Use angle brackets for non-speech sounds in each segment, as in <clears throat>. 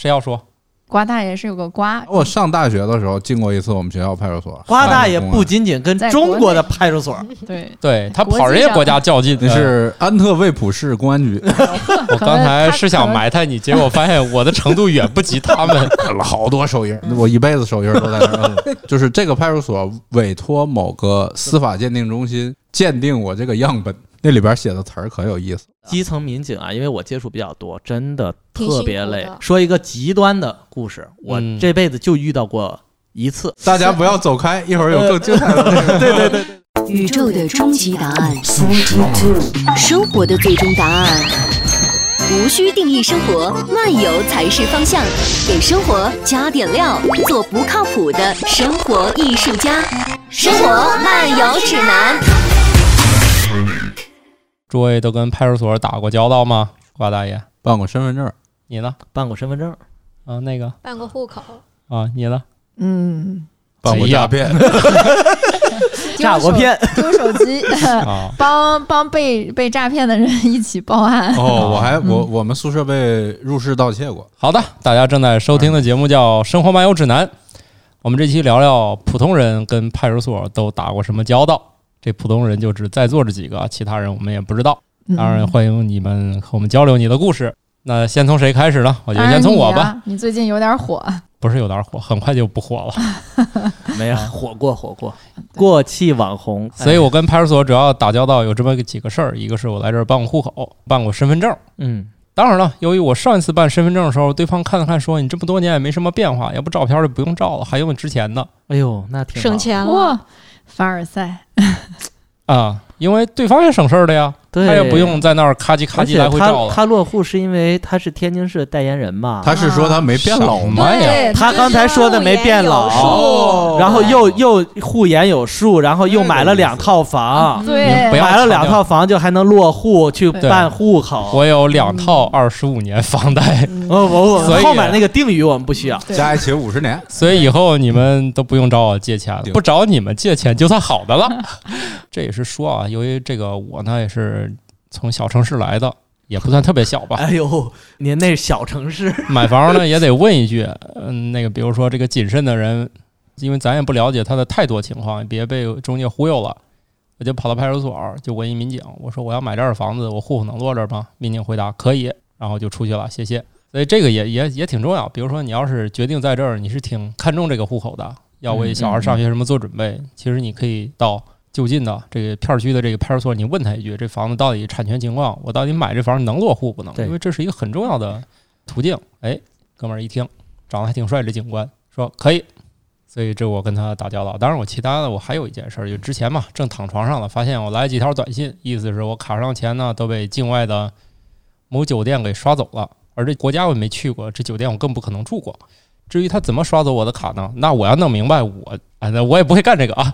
谁要说？瓜大爷是有个哦瓜， <laughs> 我上大学的时候进过一次我们学校派出所，花大爷不仅仅跟在国中国的内派出所，嗯对，对他国跑际人家上国家较劲那的。是 <laughs> 安特卫普市公安 <laughs> 局。我可刚能才他是可想能埋汰你，结果发现我的程度远不及他们。 <laughs> 好多手印儿，我一辈子手印儿都在那儿 <laughs> 摁。就是这个派出所委托某个司法鉴定中心鉴定我这个样本，那里边写的词儿可有意思。基层民警啊，因为我接触比较多，真的挺辛特苦别累的。说一个极端的故事，我嗯这辈子就遇到过一次。大家不要走开，一会儿有更精彩的内容。对对对，宇宙的终极答案，生活的最终答案。无需定义生活，漫游才是方向。给生活加点料，做不靠谱的生活艺术家。生活漫游指南。诸位都跟派出所打过交道吗？瓜大爷，办过身份证，你呢？办过身份证，啊，那个办个户口，啊，你呢？嗯，办过诈骗，诈过 <laughs> 骗，丢手机，啊，帮帮被被诈骗的人一起报案。哦，我嗯还我我们宿舍被入室盗窃过。好的，大家正在收听的节目叫《生活漫游指南》，我们这期聊聊普通人跟派出所都打过什么交道。这普通人就只在座这几个，其他人我们也不知道。当嗯然，欢迎你们和我们交流你的故事。那先从谁开始呢？我嗯，觉得先从我当然吧，你啊。你最近有点火，不是有点火，很快就不火 <laughs> 了。没有 <laughs> 火过火过，过气网红。 <laughs> 所以哎我跟派出所主要打交道有这么几个事儿，一个是我来这儿办过户口，办过身份证。嗯，当然了，由于我上一次办身份证的时候，对方看了看说：“你这么多年也没什么变化，要不照片就不用照了，还用你之前的哎呦，那挺好省。钱了。哇，凡尔赛，啊、因为对方也省事儿了呀，对，他也不用在那儿咔叽咔而叽且来回照他了。他落户是因为他是天津市的代言人嘛，他是说他没变老什啊吗？么呀？对他刚才说的没变老哦然后又又护眼有术，然后又买了两套房，你不对要买了强两调套房就还能落户去办户口。我有嗯两套二十五年房贷，哦，我我所以后面那个定语我们不需要。对加一起五十年，所以以后你们都不用找我借钱了，对不找你们借钱就算好的了。 <laughs> 这也是说啊，由于这个我呢也是从小城市来的，也不算特别小吧，哎呦，您那是小城市，买房呢也得问一句，嗯，那个比如说这个谨慎的人，因为咱也不了解他的太多情况，别被中介忽悠了。我就跑到派出所，就问一民警，我说我要买这儿的房子，我户口能落这儿吗？民警回答可以，然后就出去了，谢谢。所以这个也也也挺重要。比如说你要是决定在这儿，你是挺看重这个户口的，要为小孩上学什么做准备，其实你可以到就近的这个片儿区的这个派出所，你问他一句，这房子到底产权情况，我到底买这房能落户不能？对因为这是一个很重要的途径。哎，哥们儿一听，长得还挺帅，这警官说可以。所以这我跟他打交道，当然我其他的我还有一件事儿，就之前嘛，正躺床上了，发现我来几条短信，意思是我卡上钱呢都被境外的某酒店给刷走了，而这国家我也没去过，这酒店我更不可能住过。至于他怎么刷走我的卡呢？那我要弄明白我，哎，那我也不会干这个啊。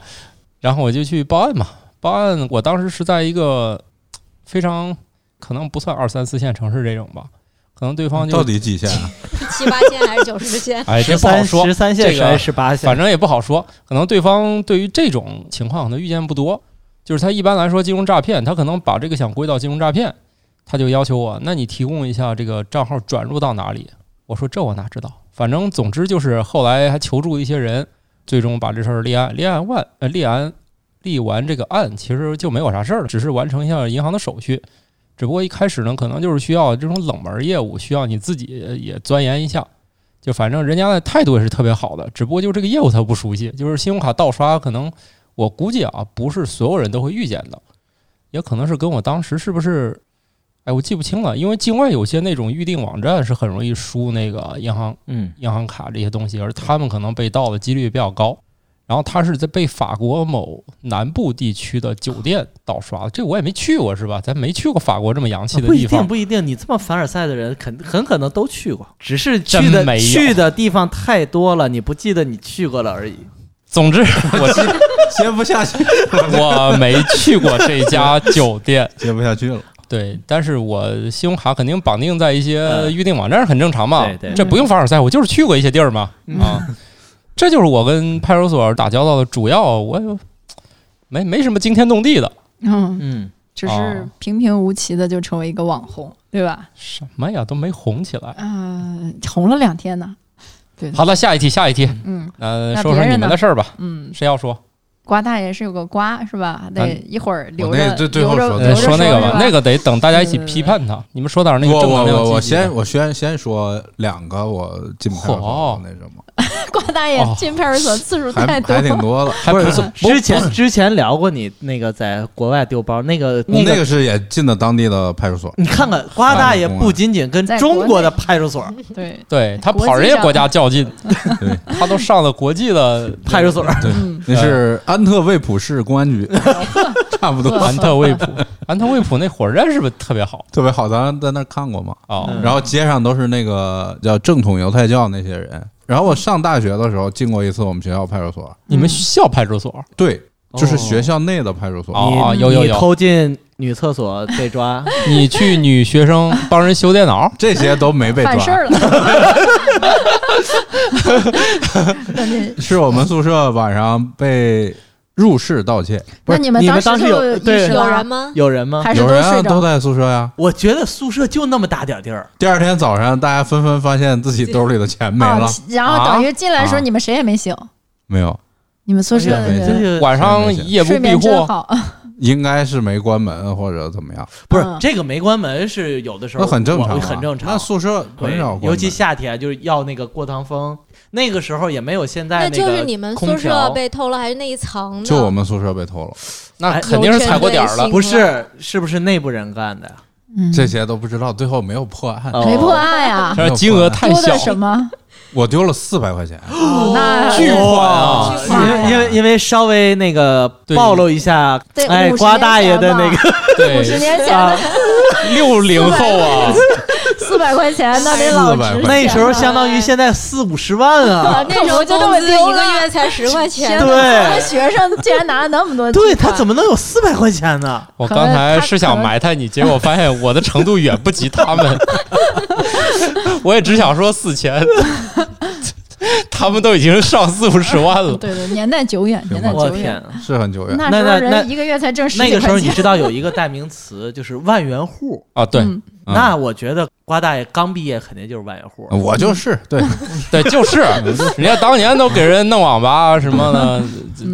然后我就去报案嘛，报案我当时是在一个嘖非常可能不算二三四线城市这种吧，可能对方就？到底几线啊？七八千还是九十千 <laughs> 哎，这十不好三说，十三这线个还是十八反线？正也不好说，可能对方对于这种情况可能遇见不多，就是他一般来说金融诈骗，他可能把这个想归到金融诈骗，他就要求我，那你提供一下这个账号转入到哪里？我说这我哪知道，反正总之就是后来还求助一些人，最终把这事儿立案，立案完，呃，立案立完这个案，其实就没有啥事儿了，只是完成一下银行的手续。只不过一开始呢，可能就是需要这种冷门业务，需要你自己也钻研一下。就反正人家的态度也是特别好的，只不过就这个业务他不熟悉，就是信用卡盗刷，可能我估计啊，不是所有人都会遇见的，也可能是跟我当时是不是，哎，我记不清了，因为境外有些那种预订网站是很容易输那个银行嗯，银行卡这些东西，而他们可能被盗的几率比较高。然后他是在被法国某南部地区的酒店盗刷的，这我也没去过是吧？咱没去过法国这么洋气的啊不地一方定，，不一定。你这么凡尔赛的人，肯很可能都去过，只是真去的没有去的地方太多了，你不记得你去过了而已。总之我是 <laughs> 接不下去，我没去过这家酒店。接不下去了。对，但是我信用卡肯定绑定在一些嗯预订网站，很正常嘛。对对啊这不用凡尔赛，我就是去过一些地儿嘛。嗯啊，这就是我跟派出所打交道的主要，我也没没什么惊天动地的。嗯，嗯，只是哦平平无奇的就成为一个网红，对吧？什么呀，都没红起来。啊，红了两天呢。对，好了，下一题，下一题，嗯呃，那说说别人你们呢的事儿吧。嗯，谁要说？瓜大爷是有个瓜是吧？得一会儿留我着那最最后留着呃，说留着说那个是吧，嗯那个得等大家一起对对对批判他。你们说点那个我正能我量积极的。我我先我先先说两个我进派出所嚯那什么，瓜大爷哦进派出所次数还太多还挺了，<laughs> 多了，还不是是之前之前聊过你那个在国外丢包那嗯个那个，个是也进的当地的派出所，你看看瓜大爷不仅仅跟在国内中国的派出所对，对他国跑际人家上国家较劲， <laughs> 对他都上了国际的派出所，嗯，那是安特卫普市公安 <laughs> 局，差不 <laughs> 多安特卫普，安特卫普那火车站是不是特别好特别好，咱在那儿看过嘛。啊？嗯然后街上都是那个叫正统犹太教那些人。然后我上大学的时候进过一次我们学校派出所，你们校派出所对，就是学校校内的派出所。，哦你有有你有偷进女厕所被抓，你去女学生帮人修电脑 <laughs> 这些都没被抓犯，事儿了。那你是我们宿舍晚上被入室盗窃，不那是你们你们当当时就有意对识有了人吗？有人吗？还是有都人啊睡着都了？在宿舍呀。我觉得宿舍就那么大点儿地儿，第二天早上，大家纷纷发现自己兜里的钱没了啊，然后等于进来的时候啊你们谁也没醒，没有，你们宿舍的哎呀就人是晚上夜不睡闭眠真户，好，应该是没关门或者怎么样，不是嗯这个没关门是有的时候那很正常啊，我很正常，那宿舍对很少关门，尤其夏天啊就是要那个过堂风，那个时候也没有现在那个就是你们宿空舍调被偷了，还是那一层呢？就我们宿舍被偷了，嗯哎那肯定是踩过点儿了哎。不是是不是内部人干的？嗯这些都不知道，最后没有破案。哦没破案呀？但是金额太丢小啊的，什么？我丢了四百块钱，那巨款啊！巨因款为因为因为稍微那个对暴露一下，对哎， 50瓜大爷的年前那吧个五十对，年前啊的，六零后 <laughs> 啊，四百块钱，那哎得老值钱了。那时候相当于现在四五十万 <laughs> 啊，那时候就工这么资丢一个了月才十块 <laughs> 钱，天对哪学生竟然拿了那么多对巨款，他怎么能有四百块钱 <laughs> 呢？我可能刚才他是想可能埋汰你，结果发现我的程度远不及他 <laughs> 们。我也只想说四千， <laughs> 他们都已经上四五十万了。对对，年代久远，年代我久天远。啊！是很久远。那那时那候那人一个月才挣十那几个时候块你钱。知道有一个代名词就是万元户，啊，对嗯嗯那我觉得瓜大爷刚毕业肯定就是万元啊户。我就是对， <laughs> 对，就是，人家当年都给人弄网吧啊什么的，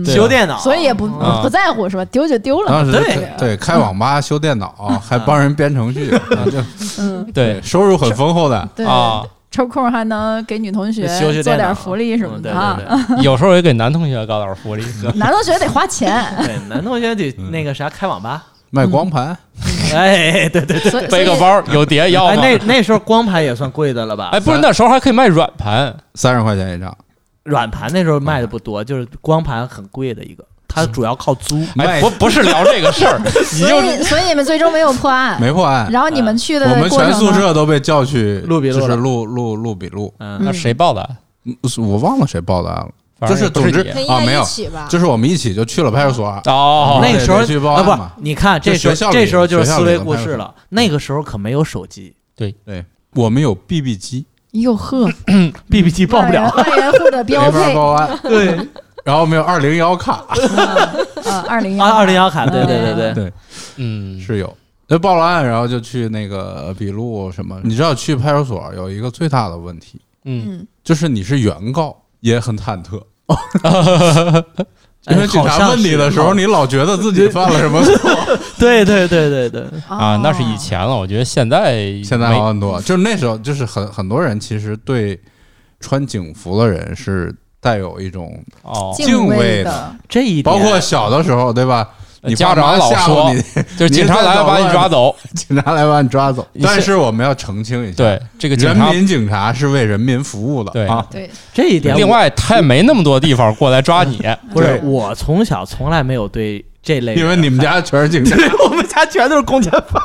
对啊修电脑，所以也不啊不在乎是吧？丢就丢了当嘛。时对啊对对开网吧修电脑，还帮人编程序，啊 <laughs> 就嗯，对收入很丰厚的。对，啊，抽空还能给女同学修修做电点脑福利什么嗯的啊对。对对有时候也给男同学搞点福利。男同学得花 <laughs> 钱， <laughs> 对，男同学得嗯那个啥开网 <laughs> 吧，卖光嗯盘，哎，对对对，所以背个所以包有碟要哎，吗？那那时候光盘也算贵的了吧？哎，不是，咱那时候还可以卖软盘，三十块钱一张，软盘那时候卖的不多，就是光盘很贵的一个，它主要靠租。哎，卖不不是聊这个事儿，你所就以所以你们最终没有破案，没破啊案。然后你们去的我们过全程宿呢？舍都被叫去录笔录就是了录录录笔录。嗯那谁报的？嗯我忘了谁报的案了，反正就是也不是总之你可以应啊没该有一起吧？就是我们一起就去了派出所。哦，那个时候得去报案啊嘛，不，你看就这时学校候里这时候就是学校思里维的故派出事所了。那个时候可没有手机我们有 BB 机，哟呵， ，BB 机报不了。万元万元户的没标法配报案。对然后我们有二零幺卡啊，二零啊，二零幺卡，对对对对对嗯，是有。那报了案，然后就去那个笔录什么。你知道去派出所有一个最大的问题，嗯，嗯，就是你是原告，也很忐忑。哎因为警好察像问你的是时候，好你老觉得自己犯了什么错。对对对对对，啊，那是以哦前了，我觉得现在现在没好很多，就是那时候，就是很很多人其实对穿警服的人是带有一种，哦，敬敬畏的，这一点包括小的时候，对吧？你呃家爸妈长老吓唬说你， <laughs> 就是警察来把你抓走，警察来把你抓走。你是但是我们要澄清一下，对，这个警人察。民警察是为人民服务的对啊。对，这一点我，另外，他也没那么多地方过来抓你，不是对我从小从来没有对这类人，因为你们家全是警察， <laughs> 对我们家全都是公检 <laughs> 法，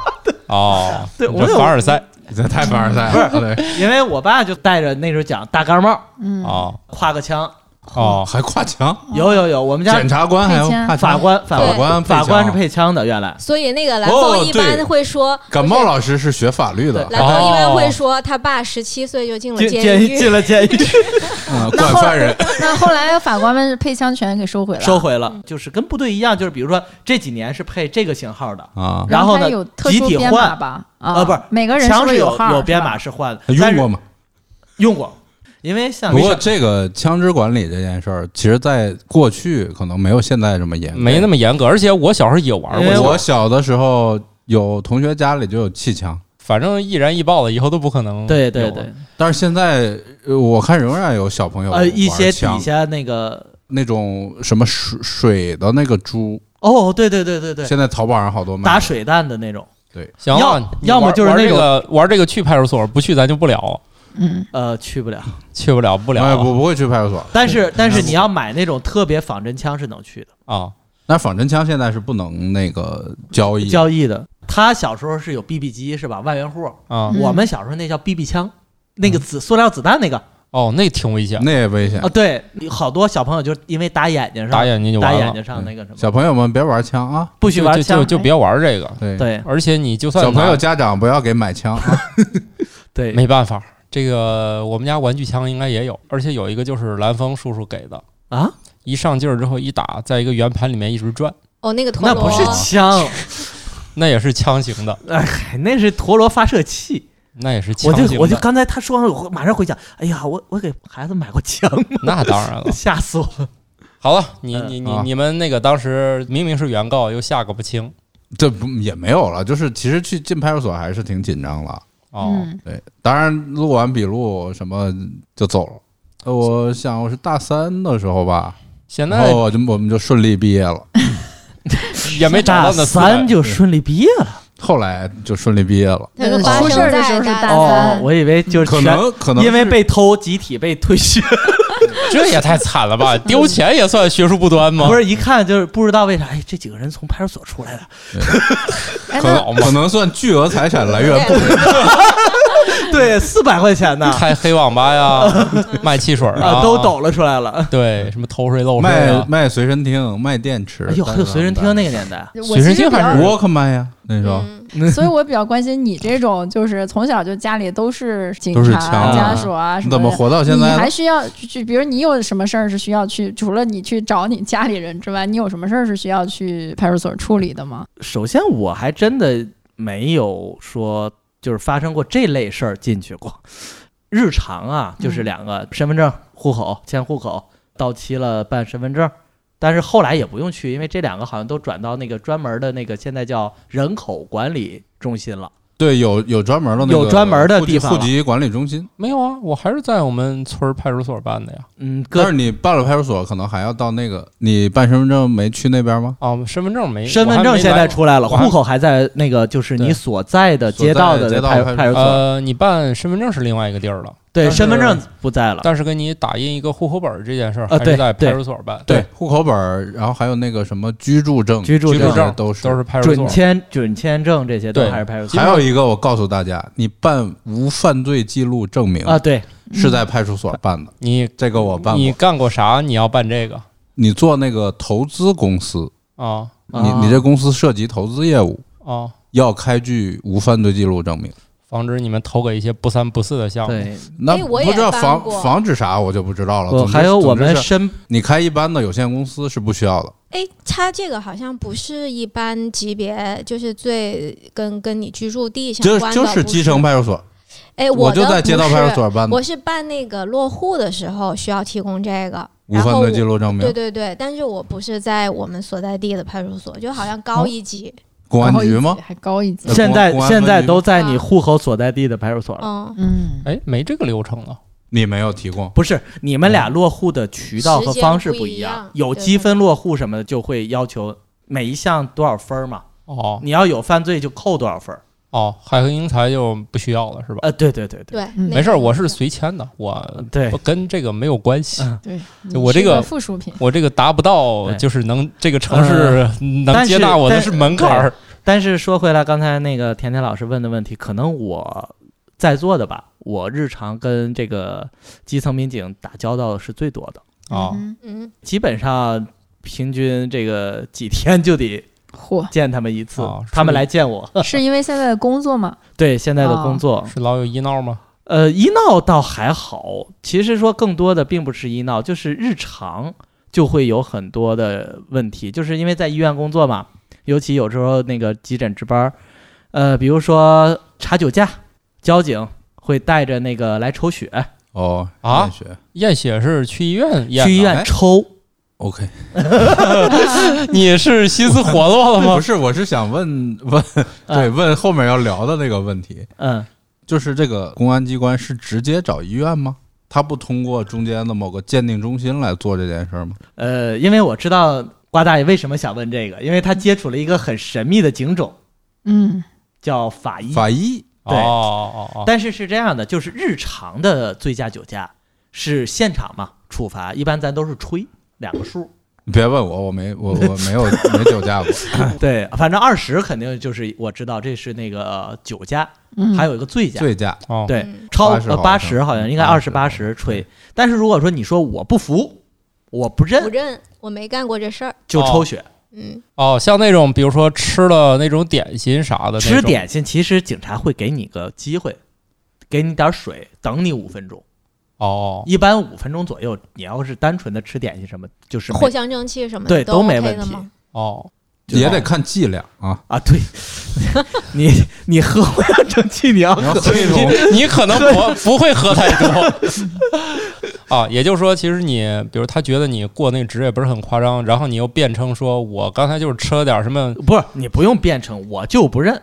哦，对你我这有凡尔赛你这太凡 <laughs> 尔赛了。对因为我爸就戴着那时候讲大盖帽，嗯，哦，挎个枪，哦，还挂墙，有有有，我们家检察官还要挂法墙，官法法官官法官是配配枪的，原来所以那个蓝哦峰一般对会说，感冒老师是学法律的，蓝峰一般哦会说他爸十七岁就进了进监进狱，进了 <laughs> 监狱嗯，管 <laughs> 犯人， <laughs> 那后来法官们配枪全给收回了，收回了，就是跟部队一样，就是比如说这几年是配这个型号的，啊，然后呢它有特殊集体编换码吧？啊呃不是每个人是枪不是有号儿有编码是吧？是换的，但啊用是过吗？用过，因为像不过这个枪支管理这件事儿，其实在过去可能没有现在这么严格，没那么严格。而且我小时候也玩因过为枪，我小的时候有同学家里就有气枪，反正易燃易爆的，以后都不可能。对对对，，但是现在呃我看仍然有小朋友呃一些玩底枪下那个那种什么水水的那个珠，哦，对对对对对，现在淘宝上好多卖打水弹的那种，行了，要你要么玩就是玩那这个玩这个去派出所，不去咱就不聊，嗯，呃，去不了。去不了不哎了不不会去派出所。<laughs> 但是但是你要买那种特别仿真枪是能去的，啊。但是仿真枪现在是不能那个交易，交易的。他小时候是有 BB 机是吧？万元户，啊嗯我们小时候那叫 BB 枪，那嗯个子塑料子弹那个哦，那挺危险，那也危险啊，。对，好多小朋友就是因为打眼睛上，打眼睛就打完眼了，睛上那个什么，嗯小朋友们别玩枪啊！不许就玩就就枪，哎就别玩这个。对，对而且你就算小朋友拿家长不要给买枪 <laughs> 啊！对，没办法，这个我们家玩具枪应该也有，而且有一个就是蓝峰叔叔给的，啊，一上劲儿之后一打，在一个圆盘里面一直转，哦，那个陀那螺不是枪，那也是枪型的，哎，那是陀螺发射器。那也是枪我型就的。我就刚才他说完，我马上回想，哎呀，我我给孩子买过枪，，那当然了 <laughs> 吓死我 <laughs> 了。好了，你嗯你你啊你们那个当时明明是原告，又下个不清这不也没有了，就是其实去进派出所还是挺紧张了。哦，嗯对，当然录完笔录什么就走了。呃我想我是大三的时候吧，现然在后我就我们就顺利毕业了。也没找大到那四百三就顺利毕业了。后来就顺利毕业了，那个发出生事儿的时在候是 <laughs> 大大哦，三，我以为就是可全能可能因为被偷，集体被退学，这也太惨了吧？丢钱也算学术不端吗？ <laughs> 不是一看就是不知道为啥，哎，这几个人从派出所出来的，哎可那能可能算巨额财产 <laughs> 来源不对对，四百块钱呢，开黑网吧呀，卖汽水啊， <laughs> 啊，都。抖了出来 <laughs> 了。对，什么偷税漏税卖啊？卖随身听，卖电池。哎呦，还有随身听那个年代，我随身其实听比还较是我 Walkman 呀，那时候嗯所以我比较关心你这种，就是从小就家里都是警都是察、枪家属啊什么的。你怎么活到现你在还呢？需要去，去比如你有什么事儿是需要去，除了你去找你家里人之外，你有什么事儿是需要去派出所处理的吗？首先我还真的没有说就是发生过这类事儿进去过。日常啊，就是嗯两个身份证、户口迁户口，到期了办身份证。但是后来也不用去，因为这两个好像都转到那个专门的那个现在叫人口管理中心了。对，有有专门的那个有专门的地方啊户籍户籍管理中心。没有啊，我还是在我们村儿派出所办的呀。嗯，但哥是，你办了派出所，可能还要到那个你办身份证没去那边吗？啊，身份证没，身我份还证没现来在出来了，我还户口还在那个就是对你所在的街道的所在街道派派出派出所。呃，你办身份证是另外一个地儿了，对，但是身份证不在了。但是跟你打印一个户口本儿这件事儿啊还是对在对派出所办，对，户口本儿，然后还有那个什么居住证、居住居证住证都是都是派出所准。签、准签证这些都对还是派出所还有一个，我告诉大家，你办无犯罪记录证明啊，对，是在派出所办的，你这个我办你过。干过啥？你要办这个你做那个投资公司，啊你你这公司涉及投资业务，啊！要开具无犯罪记录证明。防止你们投给一些不三不四的项目。对，那哎我也不知道办防过防止啥，我就不知道了。我哦总之还有我们总之是身你开一般的有限公司是不需要的。哎，他这个好像不是一般级别，就是最跟跟你居住地相就关的，就是不基层。派出所，哎，我的就在街道不派出是所办的我是办那个落户的时候需要提供这个，无然犯后罪我记录证对明，对对，但是我不是在我们所在地的派出所，就好像高一级。公安高一局吗级？还高一级呃，现在公安现在分局都在啊你户口所在地的派出所了。嗯，嗯，哎，没这个流程呢。你没有提供，不是，你们嗯俩落户的渠道和方式时间不一一样样，有积分落户什么的就会要求每一项多少分儿嘛，哦你要有犯罪就扣多少分儿。哦，海河英才就不需要了是吧？呃，对对对对，对，嗯那没事儿，个我是随签的，我对我跟这个没有关系。嗯对，就我这你是个附属品，我这个达不到，对就是能这个城市能但接是纳我的但是门槛儿。但是说回来，刚才那个甜甜老师问的问题，可能我在座的吧，我日常跟这个基层民警打交道是最多的。啊，哦嗯嗯，基本上平均这个几天就得哼嚯，见他们一次，哦他们是来见我。是因为现在的工作嘛？对现在的哦工作，是老有医闹吗？呃，医闹倒还好，其实说更多的并不是医闹，就是日常就会有很多的问题，就是因为在医院工作嘛，尤其有时候那个急诊值班儿，呃，比如说查酒驾，交警会带着那个来抽血，哦啊验血验血是去医院验的，去医院哎抽， ，OK， <laughs> 你是心思活络了不 <laughs> 吗？是，我是想问问， <laughs> 对，嗯问后面要聊的那个问题，嗯，就是这个公安机关是直接找医院吗？他不通过中间的某个鉴定中心来做这件事儿吗？呃，因为我知道瓜大爷为什么想问这个，因为他接触了一个很神秘的警种，嗯，叫法医，法医哦哦哦哦，但是是这样的，就是日常的醉驾酒驾是现场嘛处罚，一般咱都是吹两个数，你别问我，我没我我没 <laughs> 有没酒驾过。哎对，反正二十肯定就是我知道这是那个、呃酒驾，嗯还有一个醉驾，醉驾哦对嗯，超80呃好八像十好像应嗯该80二十八十吹，但是如果说你说我不服，我不不认，认，我没干过这事儿。就抽血。嗯，哦，像那种比如说吃了那种点心啥的那种，吃点心其实警察会给你个机会，给你点儿水，等你五分钟，哦，一般五分钟左右。你要是单纯的吃点心什么，就是没藿香正气什么的对都都没 OK 问的题吗？哦，也得看剂量 <laughs> 啊，啊。对，你你喝不了蒸汽，你要你要喝喝一种 <laughs> 你你可能不不会喝太 <laughs> 多。啊，也就是说，其实你，比如他觉得你过那个值也不是很夸张，然后你又辩称说我刚才就是吃了点什么，不是你不用辩称，我就不认，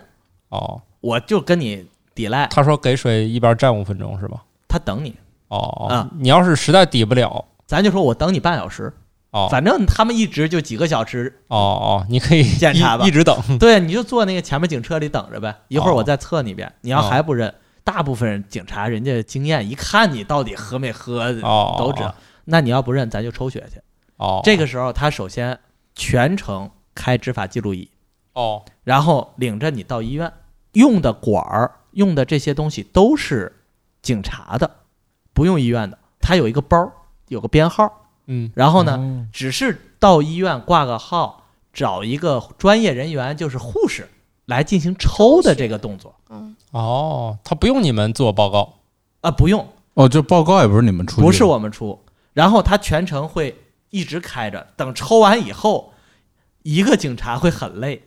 哦，我就跟你抵赖，他说给水一边站五分钟是吧？他等你，哦，啊你要是实在抵不了，咱就说我等你半小时，哦反正他们一直就几个小时，哦哦，你可以检查吧一一直等，对，啊你就坐那个前面警车里等着呗，一会儿哦我再测你一遍，你要哦还不认，大部分警察人家经验一看你到底喝没喝，哦，都知道。那你要不认，咱就抽血去。哦，这个时候，他首先全程开执法记录仪，哦然后领着你到医院，用的管儿、用的这些东西都是警察的，不用医院的。他有一个包儿，有个编号，嗯，然后呢，呢，只是到医院挂个号，找一个专业人员，就是护士来进行抽的这个动作嗯，哦，他不用你们做报告，啊，不用，哦，就报告也不是你们出，不是，我们出。然后他全程会一直开着，等抽完以后，一个警察会很累，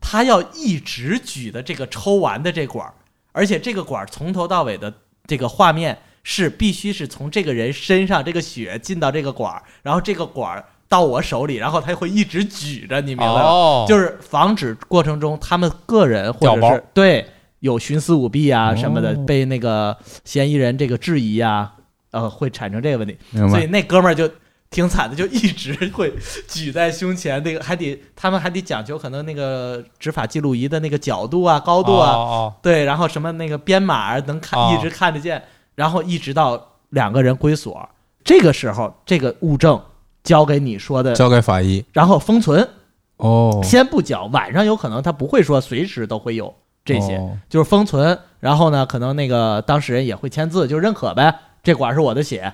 他要一直举的这个抽完的这管儿，而且这个管儿从头到尾的这个画面是必须是从这个人身上这个血进到这个管儿，然后这个管儿到我手里，然后他会一直举着，你明白吗？哦，就是是防止过程中他们个人或掉者包是对有徇私舞弊啊什么的哦被那个嫌疑人这个质疑啊，呃，会产生这个问题，明所以白？那哥们儿就挺惨的，就一直会举在胸前，那个还得他们还得讲究可能那个执法记录仪的那个角度啊、高度啊，哦对，然后什么那个编码儿能看、哦一直看得见，然后一直到两个人归所，这个时候这个物证交给你说的，交给法医然后封存。哦，先不讲，晚上有可能他不会说随时都会有这些，哦就是封存。然后呢，可能那个当事人也会签字，就认可呗，这管是我的血。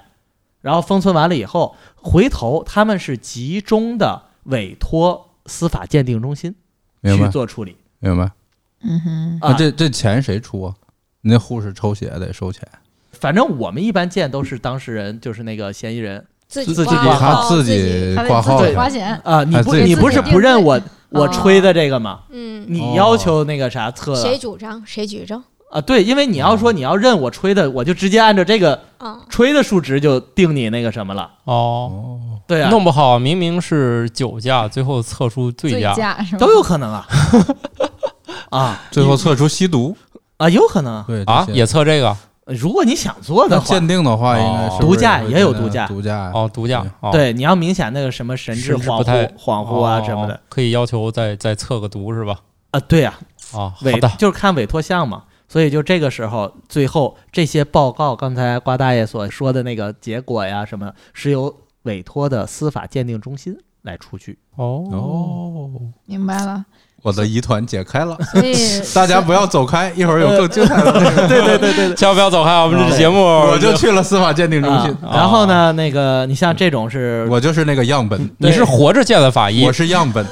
然后封存完了以后，回头他们是集中的委托司法鉴定中心明去白做处理明白。嗯哼，啊。那这这钱谁出啊？那护士抽血得收钱，反正我们一般见都是当事人，就是那个嫌疑人自自己挂挂号他自己，己他得挂自号己去花钱，啊，你哎不自己你不自是己不认我我哦吹的这个吗？嗯，你要求那个啥测谁主张谁举证，啊？对，因为你要哦说你要认我吹的，我就直接按照这个嗯，吹的数值就定你那个什么了。哦哦，哦，对啊，弄不好明明是酒驾，最后测出醉驾，驾是吧？都有可能啊， <laughs> 啊最后测出吸毒，啊，有可能啊。对啊，也测这个如果你想做那的话鉴，定的话，应该哦是不是毒驾会也有鉴定毒驾毒驾哦，毒驾对哦，对，你要明显那个什么神志神志不恍太惚、恍惚啊哦什么的可以要求再再测个毒是吧？啊，对啊，啊，好委的，就是看委托项嘛。所以就这个时候，最后这些报告，刚才瓜大爷所说的那个结果呀什么，是由委托的司法鉴定中心来出具。哦哦，明白了。我的疑团解开了，所 <laughs> 以大家不要走开，一会儿有更精彩的内容。对对对对对。千万不要走开，我们这期节目我就去了司法鉴定中啊心，然后呢，那个你像这种是，哦我就是那个样本，你是活着见了法医我，是样本，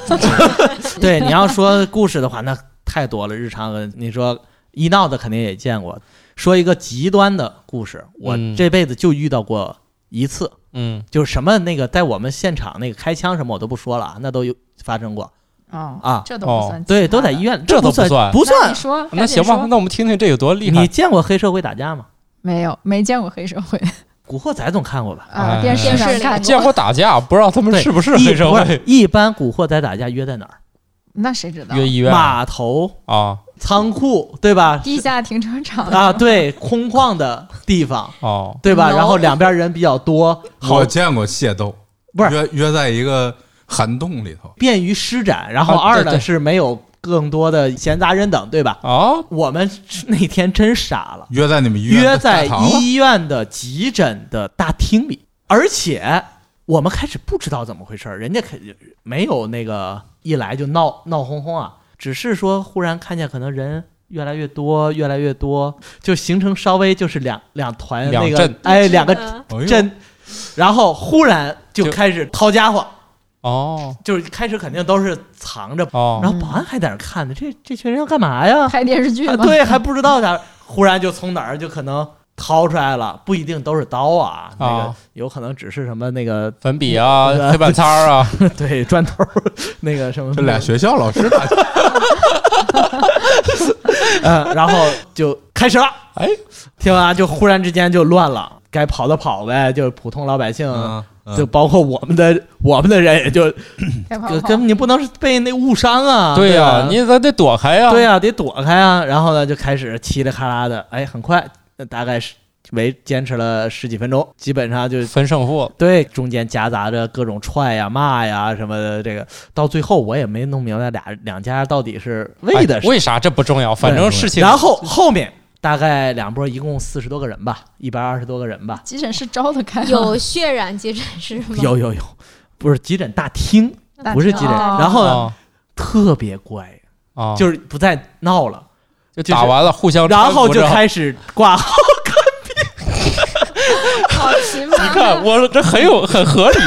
<laughs> 对你要说故事的话，那太多了。日常呃你说医闹的肯定也见过，说一个极端的故事，我嗯这辈子就遇到过一次，嗯，就是什么那个在我们现场那个开枪什么我都不说了啊，那都有发生过哦，啊。这都不算、对，都在医。院，这都不不算那不算你。说，那行吧，那我们听听这有多厉害你。见过黑社会打架吗？没有没见过黑社会《古惑仔》总看过吧？ <laughs> 啊，哎电视电上视里看见见过打架，不知道他们对是不是黑社一不是会？一般《古惑仔》打架约在哪儿？那谁知道？约医院码头、啊仓库，对吧？地下停车场啊，，对，空旷的地方，哦，对吧？ No 然后两边人比较多，好我见过械斗，不是约约在一个涵洞里头，便于施展。然后啊二对呢对是没有更多的闲杂人等，对吧？哦，我们 <laughs> 那天真傻了，约在你们医院约的在大堂了医院的急诊的大厅里，而且我们开始不知道怎么回事儿，人家肯没有那个一来就闹闹哄哄啊，只是说忽然看见可能人越来越多，越来越多，就形成稍微就是两两团两那个阵哎两个嗯哎呦阵，然后忽然就就开始掏家伙，哦就是开始肯定都是藏着，哦，然后保安还在那儿看呢，这这群人要干嘛呀？拍电视剧啊，吗？对，还不知道咋，忽然就从哪儿就可能掏出来了，不一定都是刀啊，那个啊有可能只是什么那个 <laughs> 粉笔啊，呃黑板擦儿啊，对砖头儿， <laughs> 那个什么这俩学校老师打架，呃，然后就开始了，哎，听完就忽然之间就乱了，该跑的跑呗，就是普通老百姓。嗯就包括我们的我们的人，也就开炮就炮跟你不能是被那误伤啊！对呀、呀，你咱得躲开呀，对呀、得躲开啊。然后呢，就开始嘁里喀啦的，哎，很快，呃大概是为坚持了十几分钟，基本上就分胜负，对中间夹杂着各种踹呀、骂呀什么的。这个到最后我也没弄明白俩两家到底是为的哎是。为啥这不重要，反正事情然后后面大概两波，一共四十多个人吧，一百二十多个人吧，急诊室招的开吗，有血染急诊室嗯吗？有有有，不是急诊大厅，大不是厅急诊，哦然后呢、啊特别乖，啊，就是不再闹了。就就是打完了互相哦搀扶着，然后就 <laughs> 开始挂号，好奇你葩，看我这很有很合理，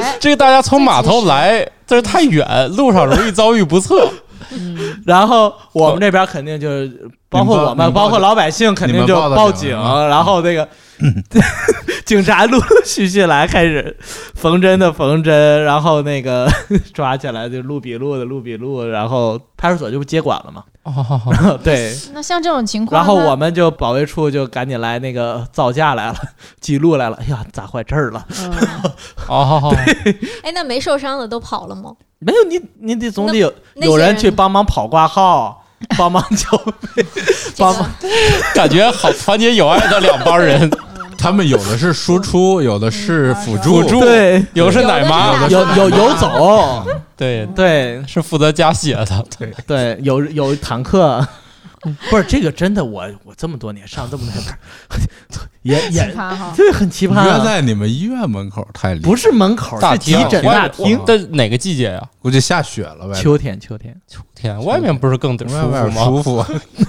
哎，这个大家从码头来，这是太远，路上容易遭遇不测， <laughs> <laughs> 嗯然后我们这边肯定就是，包括我你们，们报包括老百姓，肯定就你们报报的警警，啊然 <laughs> 后那个警察陆陆续续来，开始缝针的缝针，然后那个 <laughs> 抓起来就录笔录的录笔录，然后派出所就不接管了 <laughs> 嘛，哦，对，那像这种情况，然后我们就保卫处就赶紧来那个造假来了，记录来了，哎呀，咋坏这儿了？嗯哦，哎，那没受伤的都跑了吗？没有你，你得总得有那有些人人去帮忙跑挂号，帮忙叫 <laughs> 这帮个忙感觉好团结友爱的两帮 <laughs> 人，他们有的是输出，有的是辅助，辅助对，有是奶妈，有的是奶妈有有游 <laughs> 走，对，对是负责加血的，对，有有坦克， <laughs> 不是这个真的，我我这么多年上这么多年班儿， <laughs> 也奇也葩哈，这很奇葩约啊，在你们医院门口太离，不是门口，大是急厅诊外大厅哇，这哪个季节呀？估计下雪了呗，秋天秋天，天，外面不是更得舒外服面吗？舒服，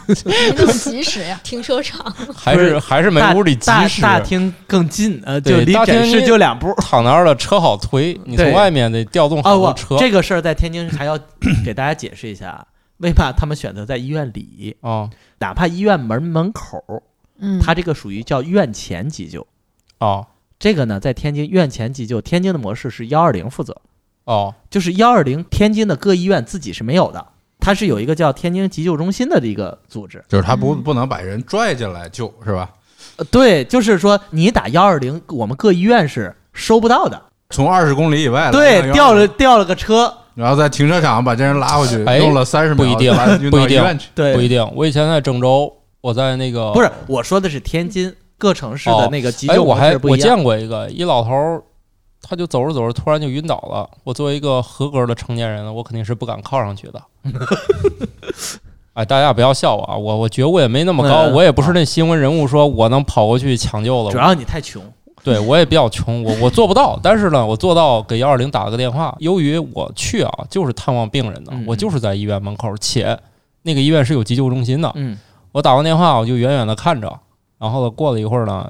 你怎么及时 <laughs> 呀？停车场，还不是是还是没大屋里及大时大厅更近，呃，就对离大诊厅室就两步躺那儿了，车好推，你从对外面得调动啊。好我多车这个事儿在天津还要 <coughs> 给大家解释一下，啊为嘛他们选择在医院里，啊哪怕医院门门口，嗯，它这个属于叫院前急救。哦这个呢，在天津院前急救，天津的模式是幺二零负责，哦就是幺二零天津的各医院自己是没有的，它是有一个叫天津急救中心的一个组织。就是他不嗯不能把人拽进来救，是吧？呃对，就是说你打幺二零，我们各医院是收不到的。从二十公里以外来对， 120调了，啊调了个车，然后在停车场把这人拉回去，哎用了三十秒，不一定把他运不到一定医院去。不一对，定。我以前在郑州，我在那个哎不是我说的是天津各城市的那个急哎，救我模还式不我一样。见过一个一老头儿，他就走着走着突然就晕倒了。我作为一个合格的成年人，我肯定是不敢靠上 <laughs> 去的。哎，大家不要笑我啊！我我觉悟也没那么高，嗯我也不是那新闻人物，说我能跑过去抢救了。啊主要你太穷，对我也比较穷，我我做不到，但是呢，我做到给幺二零打了个电话。由于我去啊，就是探望病人的嗯，我就是在医院门口，且那个医院是有急救中心的。嗯我打完电话，我就远远的看着，然后呢，过了一会儿呢，